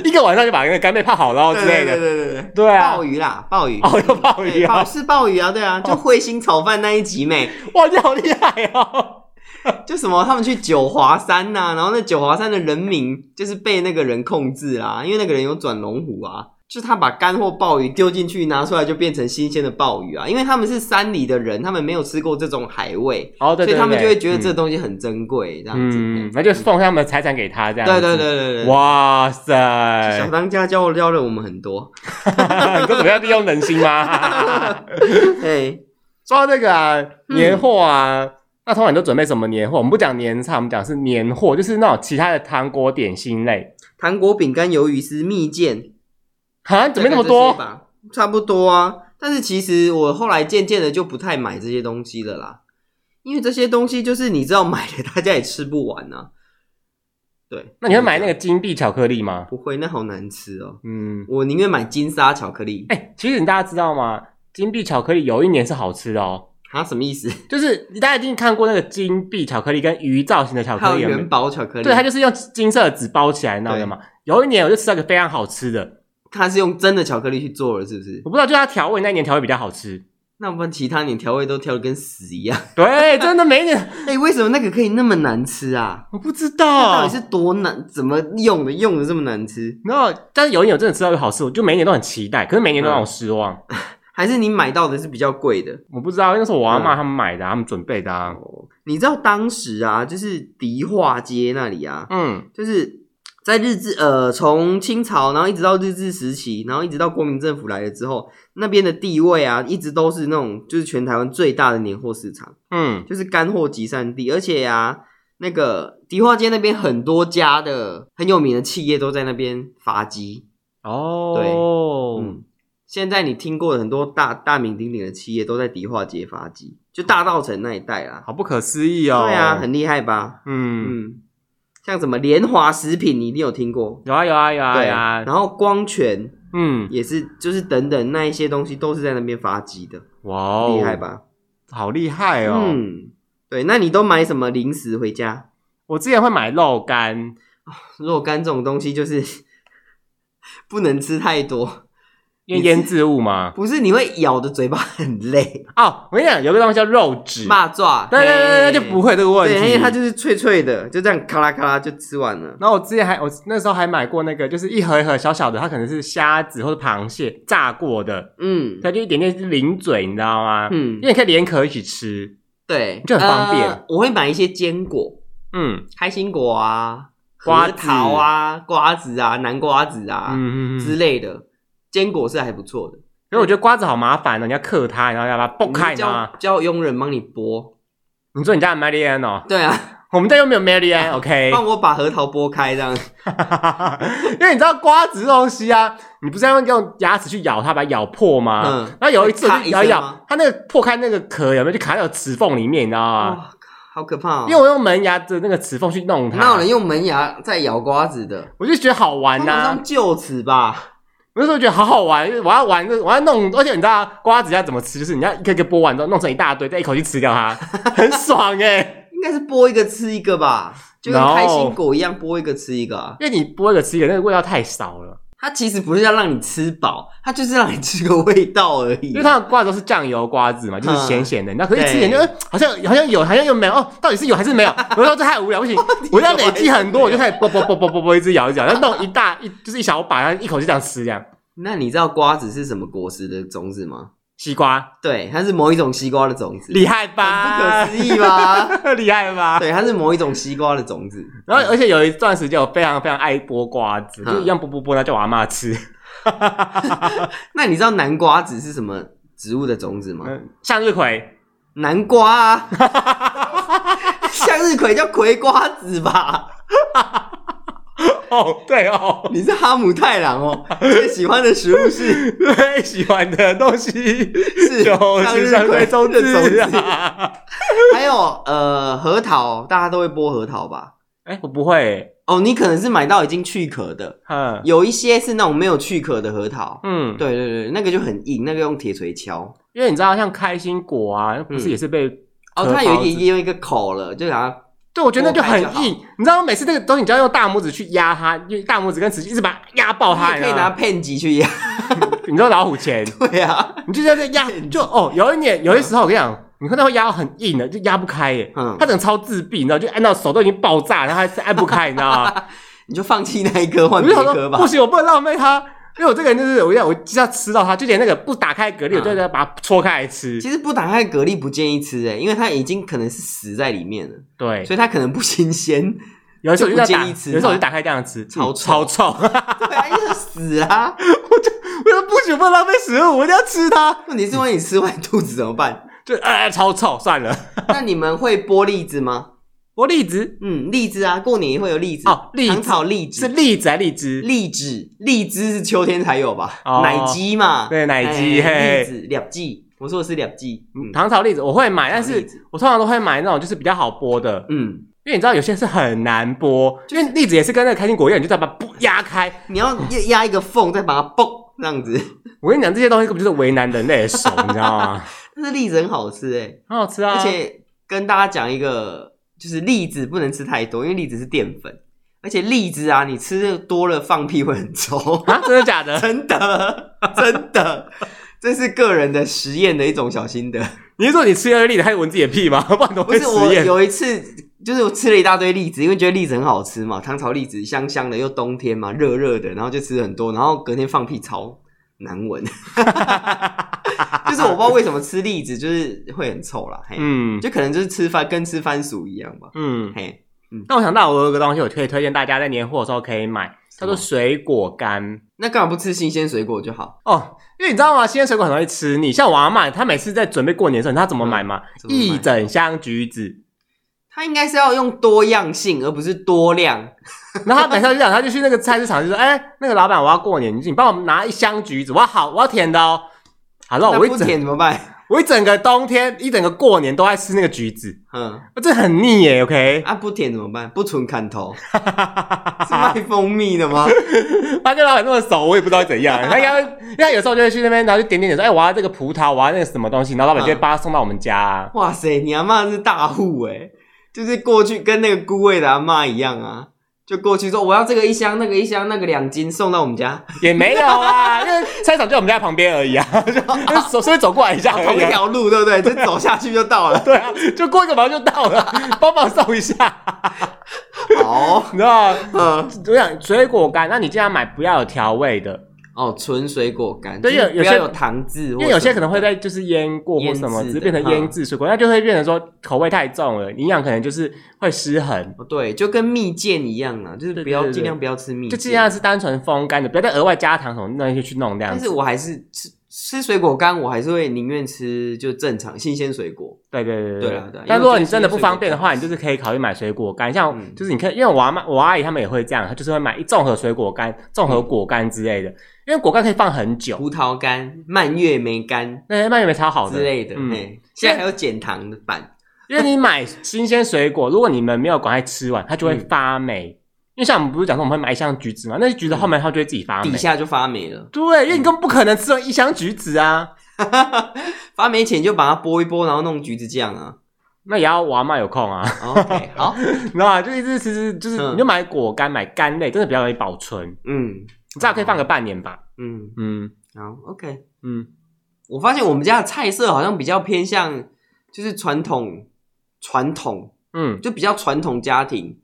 S1: 一个晚上就把那个干贝泡好喽之类
S2: 对
S1: 的。
S2: 对对对对，
S1: 对啊
S2: 鲍，鱼啦，鲍鱼。
S1: 哦，又泡
S2: 对
S1: 鱼
S2: 鲍
S1: 啊！
S2: 是鲍鱼啊，对啊，就彗星炒饭那一集没，
S1: 哇，你好厉害哦！
S2: 就什么他们去九华山呐、然后那九华山的人民就是被那个人控制啦，因为那个人有转龙湖啊，就他把干货鲍鱼丢进去，拿出来就变成新鲜的鲍鱼啊，因为他们是山里的人，他们没有吃过这种海味，
S1: 哦，对
S2: 所
S1: 对
S2: 以
S1: 对，
S2: 他们就会觉得
S1: 嗯
S2: 这东西很珍贵，这样子。
S1: 嗯，那就奉他们的财产给他这样。
S2: 对对对。对对对，
S1: 哇
S2: 小
S1: 塞！
S2: 当家教教了我们很多，
S1: 你说怎么样利用人心啊吗？
S2: 哎，
S1: 说到这个啊，
S2: 嗯
S1: 年货啊，那通常你都准备什么年货？我们不讲年菜，我们讲是年货，就是那种其他的糖果点心类。
S2: 糖果、饼干、鱿鱼丝、蜜饯。
S1: 啊，怎么那么
S2: 大概这些
S1: 多？
S2: 吧？差不多啊。但是其实我后来渐渐的就不太买这些东西了啦，因为这些东西就是你知道买了大家也吃不完啊。对，
S1: 那你会买那个金币巧克力吗？
S2: 不会，那好难吃哦。
S1: 嗯，
S2: 我宁愿买金沙巧克力。
S1: 哎、其实你大家知道吗？金币巧克力有一年是好吃的哦，
S2: 啊，什么意思？
S1: 就是大家一定看过那个金币巧克力跟鱼造型的巧
S2: 还
S1: 克
S2: 有
S1: 力有没有
S2: 元宝巧克力，
S1: 对，它就是用金色的纸包起来那的嘛。有一年我就吃到一个非常好吃的，
S2: 它是用真的巧克力去做的，是不是
S1: 我？不知道就它调味那一年调味比较好吃。
S2: 那不然其他你调味都调的跟屎一样。
S1: 对，真的每一年
S2: 哎、为什么那个可以那么难吃啊？
S1: 我不知
S2: 那
S1: 道
S2: 到底。是多难？怎么用的用的这么难吃？
S1: 然后，但是有一年我真的吃到一个好吃，我就每一年都很期待，可是每一年都
S2: 嗯
S1: 让我失望。
S2: 还是你买到的是比较贵的？
S1: 我不知道，因为那时候我阿
S2: 嗯
S1: 妈他们买的啊、他们准备的、啊。
S2: 你知道当时啊，就是迪化街那里啊，
S1: 嗯，
S2: 就是在日治呃，从清朝，然后一直到日治时期，然后一直到国民政府来了之后，那边的地位啊，一直都是那种就是全台湾最大的年货市场，
S1: 嗯，
S2: 就是干货集散地。而且啊，那个迪化街那边很多家的很有名的企业都在那边发迹。
S1: 哦，
S2: 嗯，现在你听过的很多大大名鼎鼎的企业都在迪化街发迹，就大道城那一带啦。
S1: 好不可思议哦。
S2: 对啊，很厉害吧？
S1: 嗯，
S2: 嗯，像什么联华食品，你一定有听过。
S1: 有啊有啊有啊
S2: 对
S1: 有啊，
S2: 然后光泉
S1: 嗯，
S2: 也是，就是等等那一些东西都是在那边发迹的，
S1: 哇哦，
S2: 厉害？吧？
S1: 好厉害哦。
S2: 嗯，对，那你都买什么零食回家？
S1: 我之前会买肉干，
S2: 若干这种东西就是 不能吃太多，
S1: 因为
S2: 你是
S1: 腌制物嘛。
S2: 不是你会咬的嘴巴很累，
S1: 哦，我跟你讲，有个东西叫肉质，
S2: 蚂蚱，
S1: 嗯对对对对，就不会
S2: 会，
S1: 有这个问
S2: 对，因
S1: 题。
S2: 为它就是脆脆的，就这样咔啦咔啦就吃完了。
S1: 然后我之前还我那时候还买过那个，就是一盒一盒小小的，它可能是虾子或者螃蟹炸过的，
S2: 嗯
S1: 它就一点点零嘴，你知道吗？
S2: 嗯
S1: 因，为你可以连壳一起吃。
S2: 对，
S1: 啊就很方便
S2: 呃我会买一些坚果，
S1: 嗯
S2: 开心果啊、
S1: 瓜
S2: 核桃啊、瓜子啊、南瓜子啊、
S1: 嗯嗯
S2: 之
S1: 嗯。
S2: 类的，坚果是还不错的。
S1: 可是我觉得瓜子好麻烦哦，你要嗑它，然后要把它剥开，
S2: 你
S1: 你知
S2: 就
S1: 道吗
S2: 叫？叫佣人帮你剥。
S1: 你说你家的 Marian 哦，
S2: 对啊，
S1: 我们家又没有 Marian，OK？、
S2: 帮我把核桃剥开这样。
S1: 因为你知道瓜子这东西啊，你不是要用用牙齿去咬它，把它咬破吗？
S2: 嗯
S1: 然后有一次我
S2: 会咔
S1: 就
S2: 一
S1: 咬
S2: 声
S1: 一
S2: 吗
S1: 咬，它那个破开那个壳有没有就卡在我齿缝里面，你知道吗？
S2: 哇，好可怕
S1: 啊
S2: 哦！
S1: 因为我啊用门牙的那个齿缝去弄它，
S2: 哪有人用门牙在咬瓜子的？
S1: 我就觉得好玩啊
S2: 通
S1: 呐、
S2: 常用臼齿吧。
S1: 我那时候觉得好好玩，因为我要玩，我要弄，而且你知道瓜子要怎么吃，就是你要一个一个剥完之后弄成一大堆，再一口气吃掉 它，很爽哎、
S2: 应该是剥一个吃一个吧，就跟
S1: No
S2: 开心果一样，剥一个吃一个啊。
S1: 因为你剥一个吃一个，那个味道太少了，
S2: 它其实不是要让你吃饱，它就是让你吃个味道而已
S1: 因为。它的瓜子都是酱油瓜子嘛，就是
S2: 嗯
S1: 咸咸的，那可是一
S2: 对
S1: 吃一点就呃好像好像有，好像又没有哦，到底是有还是没有？ 我说这太无聊，不行，我要累积很多，我就开始剥剥剥剥剥剥一直咬一直咬，然后弄一大一就是一小把，然后一口气这样吃这样。
S2: 那你知道瓜子是什么果实的种子吗？
S1: 西瓜
S2: 对，它是某一种西瓜的种子，
S1: 厉害吧？
S2: 很不可思议 吧？
S1: 可厉害吧？
S2: 对，它是某一种西瓜的种子。
S1: 然后而且有一段时间我非常非常爱剥瓜子，
S2: 嗯
S1: 就一样剥剥剥，那叫我阿妈吃。
S2: 那你知道南瓜子是什么植物的种子吗？
S1: 嗯，向日葵
S2: 南瓜啊， 向日葵叫葵瓜子吧？
S1: 哦，对哦，
S2: 你是哈姆太郎哦，最喜欢的食物是
S1: 最喜欢的东 西
S2: 是向
S1: 就是
S2: 日
S1: 香
S2: 葵
S1: 葵
S2: 中
S1: 中
S2: 的种
S1: 子
S2: 子，
S1: 啊。
S2: 还有呃核桃，大家都会剥核桃吧？
S1: 哎，我不会，
S2: 哦，你可能是买到已经去壳的，
S1: 嗯
S2: 有一些是那种没有去壳的核桃。
S1: 嗯，
S2: 对对对，那个就很硬，那个用铁锤敲。
S1: 因为你知道，像开心果
S2: 嗯
S1: 啊，不是也是被
S2: 哦，
S1: 壳
S2: 它有
S1: 包子
S2: 一也有一个口了，就想要
S1: 对，我觉得那就很
S2: 剥开就好
S1: 硬。你知道，每次那个东西，你就要用大拇指去压它，因为大拇指跟指一直把它压爆它。
S2: 你也可以拿片级去压。
S1: 你知道吗，你知道老虎钳，
S2: 对啊，
S1: 你就在这 压，就哦，有一
S2: 嗯
S1: 年，有些时候我跟你讲，你看到会压到很硬的，就压不开耶。
S2: 嗯
S1: 它整个超自闭，你知道，就按到手都已经爆炸，然后还是按不开，你知道 吗？
S2: 你就放弃那一颗换
S1: 我
S2: 别
S1: 就想说，
S2: 颗吧
S1: 不。行，我不能浪费它，因为我这个人就是，我要我就是要吃到它，就连那个不打开的蛤蜊，我
S2: 嗯
S1: 都要把它戳开来吃。
S2: 其实不打开蛤蜊不建议吃欸诶、因为它已经可能是死在里面了，
S1: 对，
S2: 所以它可能不 新鲜。
S1: 有的时候我就要
S2: 就不
S1: 打，
S2: 建议
S1: 有
S2: 吃
S1: 的时候我
S2: 它
S1: 就打开这样吃，
S2: 超
S1: 嗯超
S2: 臭
S1: 臭。
S2: 对啊，因为它死啦、
S1: 我说不行，不能浪费食物，我一定要吃它。
S2: 问题是，万一你吃坏肚子怎么 办？
S1: 就啊、超臭，算了。
S2: 那你们会剥栗子吗？
S1: 我栗子
S2: 嗯，栗子啊，过年也会有栗子
S1: 哦栗子
S2: 糖炒栗
S1: 是
S2: 子，
S1: 栗子还是荔枝？
S2: 栗子，荔枝是秋天才有吧？
S1: 哦
S2: 奶鸡嘛，
S1: 对奶鸡嘿
S2: 哎栗子两季，我说的是两季，嗯
S1: 糖炒栗子我会买，但
S2: 糖炒栗
S1: 是
S2: 子
S1: 我通常都会买那种就是比较好剥的，
S2: 嗯，
S1: 因为你知道有些是很难剥，因为栗子也是跟那个开心果一样，你就只要把它不压开。
S2: 你要压压一个缝，再把它崩这样子。
S1: 我跟你讲，这些东西根本就是为难人类的手，你知道吗？
S2: 但是栗子很好吃哎、
S1: 很好吃啊，，
S2: 而且跟大家讲一个，就是栗子不能吃太多，因为栗子是淀粉，而且栗子啊，你吃多了放屁会很臭
S1: 啊，真的假的？
S2: 真的真的，这是个人的实验的一种小心得。
S1: 你是说你吃了栗子还闻自己的屁吗？ 不然都
S2: 不
S1: 会
S2: 是
S1: 实
S2: 我
S1: 验。
S2: 有一次。就是我吃了一大堆栗子，因为觉得栗子很好吃嘛，糖炒栗子香香的，又冬天嘛，热热的，然后就吃很多，然后隔天放屁超难闻， 就是我不知道为什么吃栗子就是会很臭啦，嘿，
S1: 嗯
S2: 就可能就是吃番跟吃番薯一样吧，
S1: 嗯，
S2: 嘿，
S1: 那我想到我有个东西，我可以推荐大家在年货的时候可以买，叫做水果干。
S2: 那干嘛不吃新鲜水果就好？
S1: 哦，因为你知道吗？新鲜水果很容易吃腻。像我阿妈，她每次在准备过年的时候，她怎么买吗？
S2: 嗯怎么买
S1: 一整箱橘子，
S2: 它应该是要用多样性，而不是多量。
S1: 然后她每次就讲，她就去那个菜市场，就说：“哎、那个老板，我要过年，你帮我拿一箱橘子，我要好，我要甜的哦。”好了，
S2: 那
S1: 我一
S2: 不
S1: 整
S2: 甜怎么办？
S1: 我一整个冬天，一整个过年都在吃那个橘子，
S2: 嗯，
S1: 我这很腻耶。OK，
S2: 啊，不甜怎么办？不纯砍 头是卖蜂蜜的吗？
S1: 他跟老板那么熟，我也不知道怎 样。他应该会，因为他有时候就会去那边，然后就点点点说：“哎、我要这个葡萄，我要那个什么东西。”然后老 板就会把它送到我们家、
S2: 哇塞，你阿妈是大户哎、就是过去跟那个姑位的阿妈一样啊，就过去说我要这个一箱，那个一箱，那个两斤送到我们 家，
S1: 也没有啊，因为菜市场就在我们家旁边而已 啊，就就手所以走过来一下而
S2: 哦同一
S1: 已啊、
S2: 条路对不对？就走下去 就到了。
S1: 对啊，就过一个马上就到了，帮忙送一下，
S2: 好，
S1: 你知道吗？
S2: 嗯，
S1: 啊我想水果干，那你尽量买不要有调味的，
S2: 哦，纯水果干，
S1: 对
S2: 就是
S1: 有有
S2: 不要
S1: 些
S2: 有糖渍，因
S1: 因为有些可能会被就是腌过或什么，
S2: 腌
S1: 只
S2: 制的嗯
S1: 是变成腌制水果，那就会变成说口味太重了，营养可能就是会失衡。
S2: 哦，对，就跟蜜饯一样啊，就是
S1: 对
S2: 不要
S1: 对对
S2: 尽量不要吃蜜饯，
S1: 就尽量是单纯风干的，不要再额外加糖什么那些去弄这样
S2: 但
S1: 子。
S2: 是我还是吃吃水果干，我还是会宁愿吃就正常新鲜水果。
S1: 对对对
S2: 对
S1: 对
S2: 啊对啊
S1: 但
S2: 因为
S1: 如果
S2: 最
S1: 你
S2: 近
S1: 真的
S2: 水
S1: 不
S2: 果
S1: 方便的话，
S2: 干
S1: 你就是可以考虑买水果干，像
S2: 嗯
S1: 就是你看，因为我阿妈、我阿姨他们也会这样，她就是会买一综合水果干、综合果干之类的，因为果干可以放很久，
S2: 葡萄干、蔓越莓干
S1: 那些蔓越莓超好的
S2: 之类的，
S1: 嗯，
S2: 嘿，现在还有减糖的版，
S1: 因为你买新鲜水果，如果你们没有赶快吃完，它就会
S2: 嗯
S1: 发霉。因为像我们不是讲说我们会买一箱橘子嘛，那些橘子后面它就会自己发霉
S2: 底。下就发霉了。
S1: 对，因为你根本不可能吃完一箱橘子啊，
S2: 发霉前就把它剥一剥，然后弄橘子酱啊。
S1: 那也要我阿妈有空啊，
S2: 哦 OK，好，
S1: 你知道吗？就一直其实就是
S2: 嗯
S1: 你就买果干、买干类，真的比较容易保存，
S2: 嗯
S1: 你至少可以放个半年吧。
S2: 嗯，
S1: 嗯
S2: 好，OK。
S1: 嗯。
S2: 我发现我们家的菜色好像比较偏向就是传统传统
S1: 嗯
S2: 就比较传统家庭，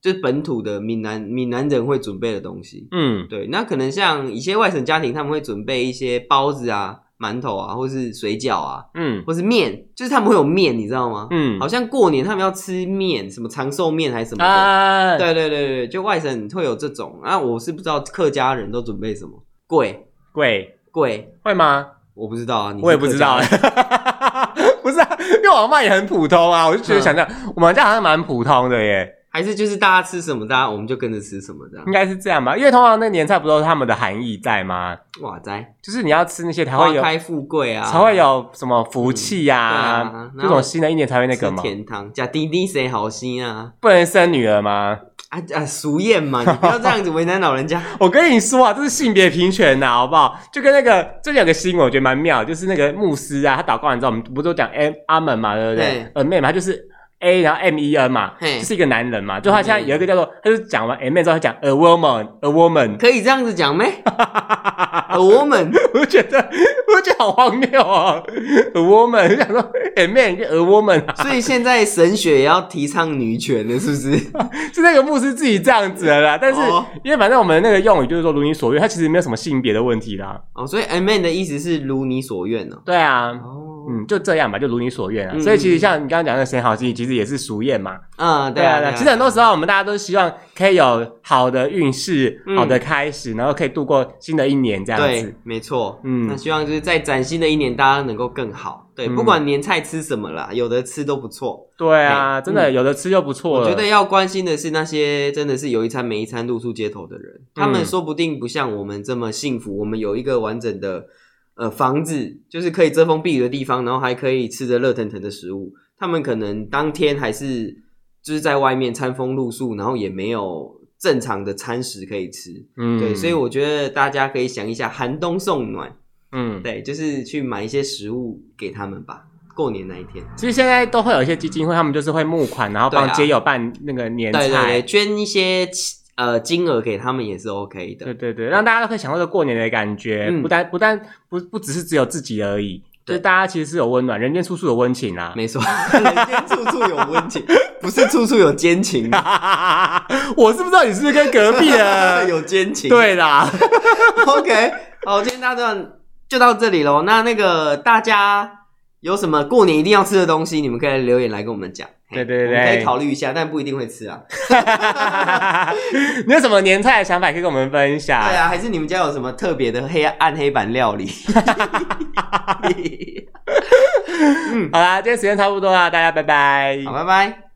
S2: 就是本土的闽南闽南人会准备的东西。
S1: 嗯，
S2: 对，那可能像一些外省家庭，他们会准备一些包子啊、馒头啊，或是水饺啊，
S1: 嗯
S2: 或是面，就是他们会有面，你知道吗？
S1: 嗯
S2: 好像过年他们要吃面，什么长寿面还是什么的。
S1: 啊，
S2: 对对对对，就外省会有这种啊，我是不知道客家人都准备什么贵
S1: 贵
S2: 贵，
S1: 会吗？
S2: 我不知道啊，你是
S1: 我也不知道
S2: 客家人，
S1: 不是啊，因为我阿妈也很普通啊，我就觉得
S2: 嗯
S1: 想想，我们家好像蛮普通的耶，
S2: 还是就是大家吃什么，大家我们就跟着吃什么这样
S1: 应。该是这样吧？因为通常那年菜不都是他们的含义在吗？
S2: 哇塞，
S1: 就是你要吃那些才
S2: 花
S1: 会有
S2: 开富贵啊，
S1: 才会有什么福气呀、
S2: 嗯对啊
S1: 这种新的一年才会那个
S2: 吃
S1: 嘛，
S2: 甜汤，假滴滴谁好心啊？
S1: 不能生女儿吗？
S2: 啊啊，俗谚嘛，你 不要这样子为难老人家。
S1: 我跟你说啊，这是性别平权呐、好不好？就跟那个最近有个新闻，我觉得蛮妙的，就是那个牧师啊，他祷告完之后，我们不都讲 M 阿门嘛，对不对
S2: 对？
S1: 呃，妹嘛，他就是 A，然后 M E N 嘛，
S2: 嘿嗯
S1: 就是一个男人嘛。就他现在有一个叫做，他就讲完 M E 之后，他讲 a woman，a woman，
S2: 可以这样子 讲咩？我们
S1: 我觉得我觉得好荒谬哦，a woman，我想说 M man 跟 a woman 啊，
S2: 所以现在神学也要提倡女权了，是不是？
S1: 是那个牧师自己这样子的啦。但是
S2: 哦
S1: 因为反正我们那个用语就是说如你所愿，它其实没有什么性别的问题啦。
S2: 哦，所以 M N 的意思是如你所愿哦。
S1: 对啊，
S2: 哦，
S1: 嗯，就这样吧，就如你所愿啊。
S2: 嗯
S1: 所以其实像你刚刚讲的神好心，其实也是俗谚嘛。
S2: 啊，对啊，对啊，
S1: 其实很多时候我们大家都希望可以有好的运势、
S2: 嗯
S1: 好的开始，然后可以度过新的一年这样
S2: 对
S1: 子。，
S2: 没错。
S1: 嗯
S2: 那希望就是在崭新的一年，大家能够更好。对，
S1: 嗯
S2: 不管年菜吃什么啦，有的吃都不错。
S1: 对啊，
S2: 对
S1: 真的有的吃就不错
S2: 我
S1: 了。
S2: 觉得要关心的是那些真的是有一餐没一餐露宿街头的
S1: 嗯
S2: 人，他们说不定不像我们这么幸福，我们有一个完整的呃房子，就是可以遮风避雨的地方，然后还可以吃着热腾腾的食物。他们可能当天还是就是在外面餐风露宿，然后也没有正常的餐食可以吃。
S1: 嗯
S2: 对，所以我觉得大家可以想一下寒冬送暖，
S1: 嗯，
S2: 对，就是去买一些食物给他们吧。过年那一天，
S1: 其实现在都会有一些基金会，他们就是会募款，然后帮
S2: 对啊
S1: 街友办那个年
S2: 对对
S1: 菜
S2: 对，。捐一些呃金额给他们也是 OK 的。
S1: 对对对，让大家都可以享受这过年的感觉，
S2: 嗯
S1: 不但不但不不只是只有自己而已，就
S2: 对
S1: 是大家其实是有温暖，人间处处有温情啊啦、
S2: 没错，人间处处有温情，不是处处有奸情，
S1: 我是不知道你是不是跟隔壁的
S2: 有奸情。
S1: 对啦，
S2: ，OK，好，今天大段就到这里喽。那那个大家有什么过年一定要吃的东西，你们可以留言来跟我们讲。
S1: 对
S2: 嘿
S1: 对对
S2: 我们可以考虑一下，但不一定会吃啊。
S1: 你有什么年菜的想法可以跟我们分享？
S2: 对啊，还是你们家有什么特别的黑暗黑板料 理？
S1: 嗯好啦，今天时间差不多啦，大家拜拜。
S2: 好，拜拜。啊